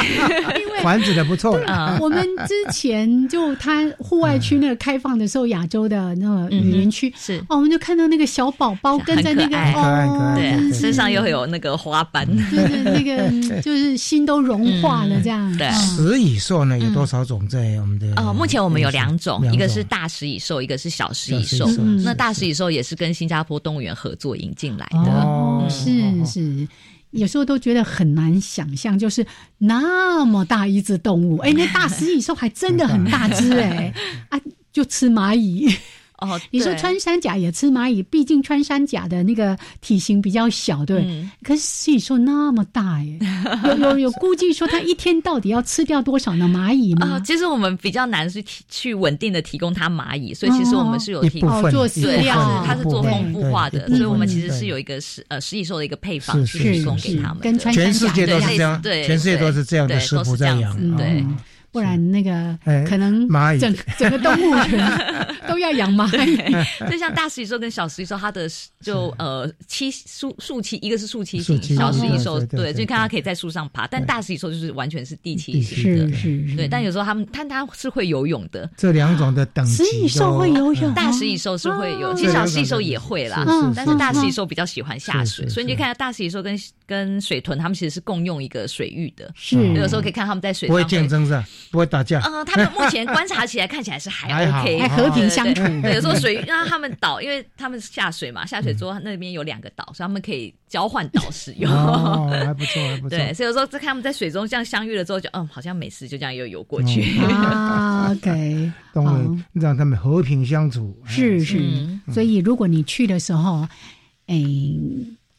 [SPEAKER 3] 繁殖的不错了，
[SPEAKER 6] 嗯，
[SPEAKER 2] 我们之前就它户外区那个开放的时候，亚洲的那个雨林区，
[SPEAKER 6] 是。
[SPEAKER 3] 嗯
[SPEAKER 2] 哦，我们就看到那个小宝宝跟在那个
[SPEAKER 6] 嗯很可
[SPEAKER 3] 爱很可
[SPEAKER 2] 哦
[SPEAKER 3] 爱，
[SPEAKER 6] 对
[SPEAKER 3] 对
[SPEAKER 6] 啊，
[SPEAKER 3] 对
[SPEAKER 6] 身上又 有那个花斑，
[SPEAKER 2] 就是那个嗯就是心都融化了这样。
[SPEAKER 6] 嗯对
[SPEAKER 2] 嗯
[SPEAKER 3] 食蚁兽呢有多少种在我们的？
[SPEAKER 6] 哦，目前我们有两种，
[SPEAKER 3] 嗯两
[SPEAKER 6] 一个是大食蚁兽，一个是小食蚁兽。
[SPEAKER 3] 小食蚁
[SPEAKER 2] 兽嗯
[SPEAKER 6] 那大食蚁兽也嗯是跟新加坡动物园合作引进来的。
[SPEAKER 3] 哦，
[SPEAKER 2] 嗯是是。有时候都觉得很难想象，就是那么大一只动物，哎，那大食蚁兽还真的很大只 哎、啊，就吃蚂蚁。
[SPEAKER 6] 哦，
[SPEAKER 2] 你说
[SPEAKER 6] 对
[SPEAKER 2] 穿山甲也吃蚂蚁，毕竟穿山甲的那个体型比较小，对不对。
[SPEAKER 6] 嗯
[SPEAKER 2] 可是食蚁兽那么大 耶，有有有估计说它一天到底要吃掉多少呢？蚂蚁
[SPEAKER 6] 啊、
[SPEAKER 2] 吗？
[SPEAKER 6] 其实我们比较难去提去稳定的提供它蚂蚁，
[SPEAKER 3] 哦
[SPEAKER 6] 所以其实我们是有
[SPEAKER 3] 一
[SPEAKER 6] 提
[SPEAKER 3] 部
[SPEAKER 6] 供。
[SPEAKER 2] 哦
[SPEAKER 3] 分
[SPEAKER 2] 做饲
[SPEAKER 6] 对，
[SPEAKER 2] 料
[SPEAKER 6] 它是它是
[SPEAKER 2] 一
[SPEAKER 6] 做
[SPEAKER 2] 部分
[SPEAKER 6] 丰富化的，
[SPEAKER 2] 对
[SPEAKER 6] 所以我们其实
[SPEAKER 3] 有。
[SPEAKER 6] 是
[SPEAKER 3] 一部分对
[SPEAKER 6] 有一个食呃食蚁兽的一个配方
[SPEAKER 3] 是
[SPEAKER 6] 去
[SPEAKER 3] 是
[SPEAKER 6] 提供
[SPEAKER 2] 是
[SPEAKER 6] 给他们的。
[SPEAKER 2] 跟穿
[SPEAKER 3] 全世界都
[SPEAKER 6] 类
[SPEAKER 3] 是
[SPEAKER 6] 似
[SPEAKER 3] 这样，
[SPEAKER 6] 对
[SPEAKER 3] 全世界都是这样的
[SPEAKER 6] 对
[SPEAKER 3] 食
[SPEAKER 6] 都是
[SPEAKER 3] 谱
[SPEAKER 6] 这
[SPEAKER 3] 在
[SPEAKER 6] 样
[SPEAKER 3] 养哎
[SPEAKER 6] 子。
[SPEAKER 3] 哦
[SPEAKER 6] 嗯对，
[SPEAKER 2] 不然那个可能整整个动物园 都要养蚂
[SPEAKER 6] 蚁。就像大食蚁兽跟小食蚁兽，它的就呃栖树树栖，一个是树栖型，小食蚁兽对，就看它可以在树上爬，但大食蚁兽就是完全是地栖型的，
[SPEAKER 2] 是
[SPEAKER 6] 对。但有时候它们，但它是会游泳的。
[SPEAKER 3] 这两种的等级，嗯
[SPEAKER 2] 食蚁兽会游泳，
[SPEAKER 6] 大食蚁兽是会游，其实小食蚁兽也会啦，但是大食蚁兽比较喜欢下水，所以你就看到大食蚁兽跟跟水豚，它们其实是共用一个水域的，
[SPEAKER 2] 是
[SPEAKER 6] 有时候可以看它们在水
[SPEAKER 3] 不会竞争是吧？不会打架。
[SPEAKER 6] 嗯，他们目前观察起来看起来是还 OK，
[SPEAKER 2] 还和平相处。
[SPEAKER 6] 对，有时候水让他们岛，因为他们下水嘛，下水之后那边有两个岛，所以他们可以交换岛使用。
[SPEAKER 3] 哦，还不错，还不错。
[SPEAKER 6] 对，所以有时候看他们在水中这样相遇了之后，就嗯，好像没事，就这样又游过去。
[SPEAKER 2] 啊 ，OK，
[SPEAKER 6] 嗯
[SPEAKER 3] 动物让他们和平相处。哎
[SPEAKER 2] 是是，
[SPEAKER 6] 嗯
[SPEAKER 2] 所以如果你去的时候，哎。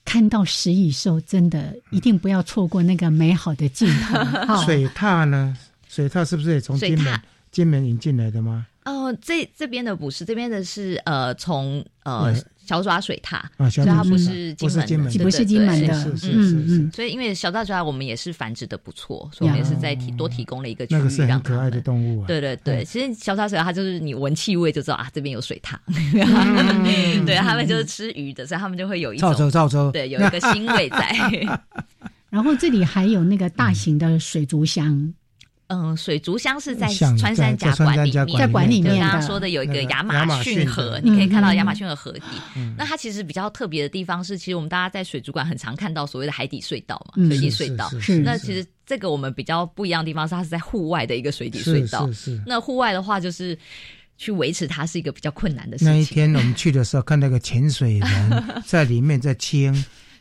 [SPEAKER 2] 看到食蚁兽，真的一定不要错过那个美好的镜 头。
[SPEAKER 3] 水
[SPEAKER 6] 哦
[SPEAKER 3] 獭呢？水獭是不是也从金门金门引进来的吗？
[SPEAKER 6] 哦，这这边的不是，这边的是呃，从呃
[SPEAKER 2] 嗯
[SPEAKER 6] 小爪水獭，
[SPEAKER 3] 啊
[SPEAKER 6] 所以它不是金门，
[SPEAKER 2] 不是金门的，
[SPEAKER 3] 嗯嗯。
[SPEAKER 6] 所以因为小爪水獭我们也是繁殖的不错，所以我们也是在提多提供了一个区域，
[SPEAKER 3] 那个是很可爱的动物啊。
[SPEAKER 6] 对对对，其实小爪水獭它就是你闻气味就知道啊，这边有水獭， 对他们就是吃鱼的，所以他们就会有一种
[SPEAKER 3] 造造造
[SPEAKER 6] 对有一个腥味 在。
[SPEAKER 2] 然后这里还有那个大型的水族箱。
[SPEAKER 6] 嗯，水族箱是在穿山甲馆里面，
[SPEAKER 2] 在馆里面
[SPEAKER 6] 刚刚说的有一个亚马逊嗯河，你可以看到亚马逊河河底。那它其实比较特别的地方是，其实我们大家在水族馆很常看到所谓的海底隧道嘛，水底隧道。那其实这个我们比较不一样的地方是，它是在户外的一个水底隧道。那户外的话就是。去维持它是一个比较困难的事情。
[SPEAKER 3] 那一天我们去的时候，看那个潜水 人在里面在清，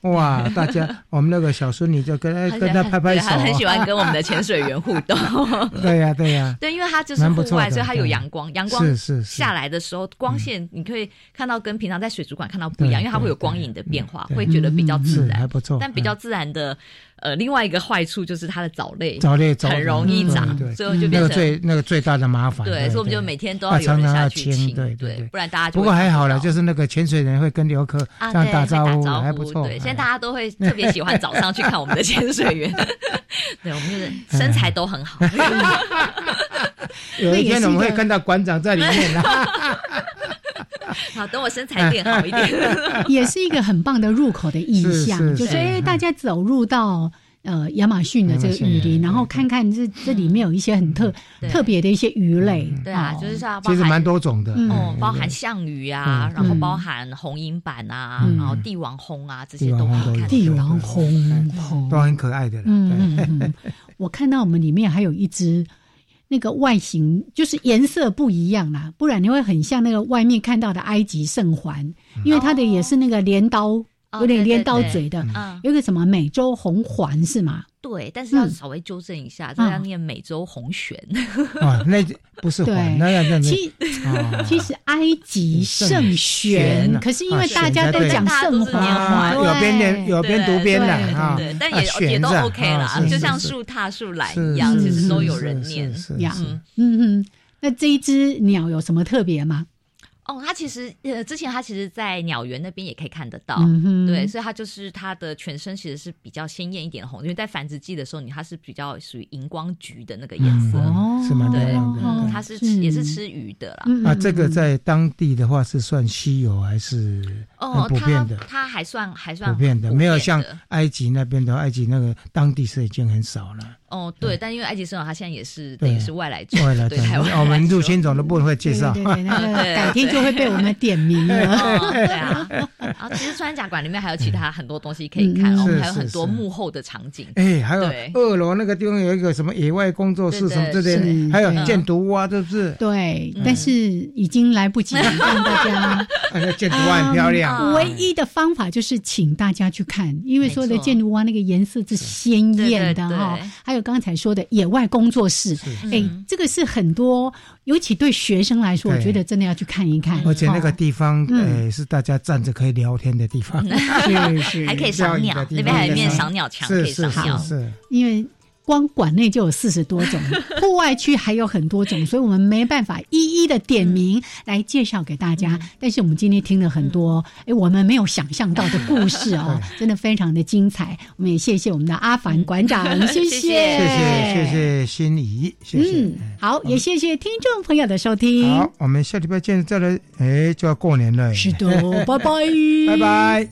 [SPEAKER 3] 哇！大家，我们那个小孙女就跟他跟他拍拍手，啊
[SPEAKER 6] 他啊很喜欢跟我们的潜水员互动。
[SPEAKER 3] 对呀，对呀，
[SPEAKER 6] 对，因为他就是户外，所以他
[SPEAKER 3] 嗯
[SPEAKER 6] 有阳光，阳光下来的时候，光线你可以看到跟平常在水族馆看到不一样，因为它会有光影的
[SPEAKER 3] 嗯
[SPEAKER 6] 变化，会觉得比较自然，
[SPEAKER 3] 还不错。
[SPEAKER 6] 嗯
[SPEAKER 3] 嗯
[SPEAKER 6] 但比较自然的。呃，另外一个坏处就是它的藻类，
[SPEAKER 3] 藻类嗯
[SPEAKER 6] 很容易长，最后就变成
[SPEAKER 3] 那个最那个最大的麻烦。
[SPEAKER 6] 对，所以我们就每天都要有人下去清，
[SPEAKER 3] 对对，
[SPEAKER 6] 不然大家
[SPEAKER 3] 不过还好了，就是那个潜水人会跟游客
[SPEAKER 6] 啊
[SPEAKER 3] 这样打招呼，还不错。哎
[SPEAKER 6] 对，现在大家都会特别喜欢早上去看我们的潜水员， 对我们
[SPEAKER 3] 哎
[SPEAKER 6] 就是身材都很好。
[SPEAKER 3] 有一天我们会看到馆长在里面 啦。
[SPEAKER 6] 好，等我身材变好一 点，
[SPEAKER 2] 也是一个很棒的入口的意象，嗯就是哎，大家走入到呃亚马逊的嗯这个雨林，然后看看这这里面有一些很
[SPEAKER 6] 嗯
[SPEAKER 2] 特特别的一些鱼类，
[SPEAKER 6] 对啊，就是像
[SPEAKER 3] 哦其实蛮多嗯种的，
[SPEAKER 6] 哦，包含象鱼啊，然后包含红银板啊，
[SPEAKER 3] 嗯
[SPEAKER 6] 然后帝王红啊，这些都可以看。
[SPEAKER 2] 帝王红
[SPEAKER 3] 都很可爱的，嗯，
[SPEAKER 2] 我看到我们里面还有一只。那个外形就是颜色不一样啦，不然你会很像那个外面看到的埃及圣环，因为它的也是那个镰刀，
[SPEAKER 6] 哦
[SPEAKER 2] 有点镰刀嘴的，有个什么美洲红环是吗？
[SPEAKER 6] 嗯对，但是要稍微纠正一
[SPEAKER 3] 嗯
[SPEAKER 6] 下，这要念美洲红旋。
[SPEAKER 3] 啊，那不是环，那那那
[SPEAKER 2] 其
[SPEAKER 3] 哦
[SPEAKER 2] 其实埃及圣旋，可是因为大家都讲圣环，
[SPEAKER 3] 有边念有边读边的啊，
[SPEAKER 6] 对，但也也都 OK 啦，就像树踏树懒一样，其实都有人念
[SPEAKER 2] 呀。嗯嗯，那这一只鸟有什么特别吗？
[SPEAKER 6] 哦，它其实呃，之前它其实，在鸟园那边也可以看得到，嗯、对，所以它就是它的全身其实是比较鲜艳一点的红，因为在繁殖季的时候，你它是比较属于荧光橘的那个颜色，
[SPEAKER 3] 嗯、是吗？
[SPEAKER 6] 对，嗯、哦它是嗯也是吃鱼的啦。
[SPEAKER 3] 啊，这个在当地的话是算稀有还是
[SPEAKER 6] 哦，
[SPEAKER 3] 普遍的？
[SPEAKER 6] 它还算还算
[SPEAKER 3] 普遍的，没有像埃及那边的埃及那个当地是已经很少了。
[SPEAKER 6] 哦，对，但因为埃及生活它现在也是等于是外来种，
[SPEAKER 3] 外 来哦
[SPEAKER 6] 对台湾。
[SPEAKER 3] 我们入侵种的部分会介绍，
[SPEAKER 2] 对对对，改天就会被我们点名
[SPEAKER 6] 了。对啊，然后其实穿甲馆里面还有其
[SPEAKER 3] 嗯
[SPEAKER 6] 他很多东西可以看，我们还有很多幕后的场景。
[SPEAKER 3] 哎，还有二楼那个地方有一个什么野外工作室什么之类的，还有建筑啊，这 是
[SPEAKER 2] 对，
[SPEAKER 3] 嗯
[SPEAKER 2] 但是已经来不及让大
[SPEAKER 3] 啊
[SPEAKER 2] 家。
[SPEAKER 3] 那建筑蛙很漂亮，
[SPEAKER 2] 唯一的方法就是请大家去看，因为所有的建筑蛙啊那个颜色是鲜艳的哈，还有。刚才说的野外工作室，哎，
[SPEAKER 3] 嗯
[SPEAKER 2] 这个是很多，尤其对学生来说，我觉得真的要去看一
[SPEAKER 6] 嗯
[SPEAKER 2] 看。哦
[SPEAKER 3] 而且那个地方，哎，是大家站着可以聊天的地方，
[SPEAKER 2] 嗯
[SPEAKER 6] 嗯
[SPEAKER 2] 是 是，
[SPEAKER 6] 还可以赏鸟，那边还有一面赏鸟墙可以赏鸟，
[SPEAKER 3] 是
[SPEAKER 2] 因为。光馆内就有四十多 种，户外区还有很多种，所以我们没办法一一的点名来介绍给大
[SPEAKER 3] 嗯
[SPEAKER 2] 家。但是我们今天听了很多，哎，我们没有想象到的故事 哦，真的非常的精彩。我们也谢谢我们的阿凡馆长，谢谢，
[SPEAKER 3] 嗯谢谢，谢谢心仪，谢谢。嗯，
[SPEAKER 2] 好，也谢谢听众朋友的收听。
[SPEAKER 3] 哎 好，我们下礼拜见，再来，哎，就要过年了，
[SPEAKER 2] 是的，拜拜，
[SPEAKER 3] 拜拜。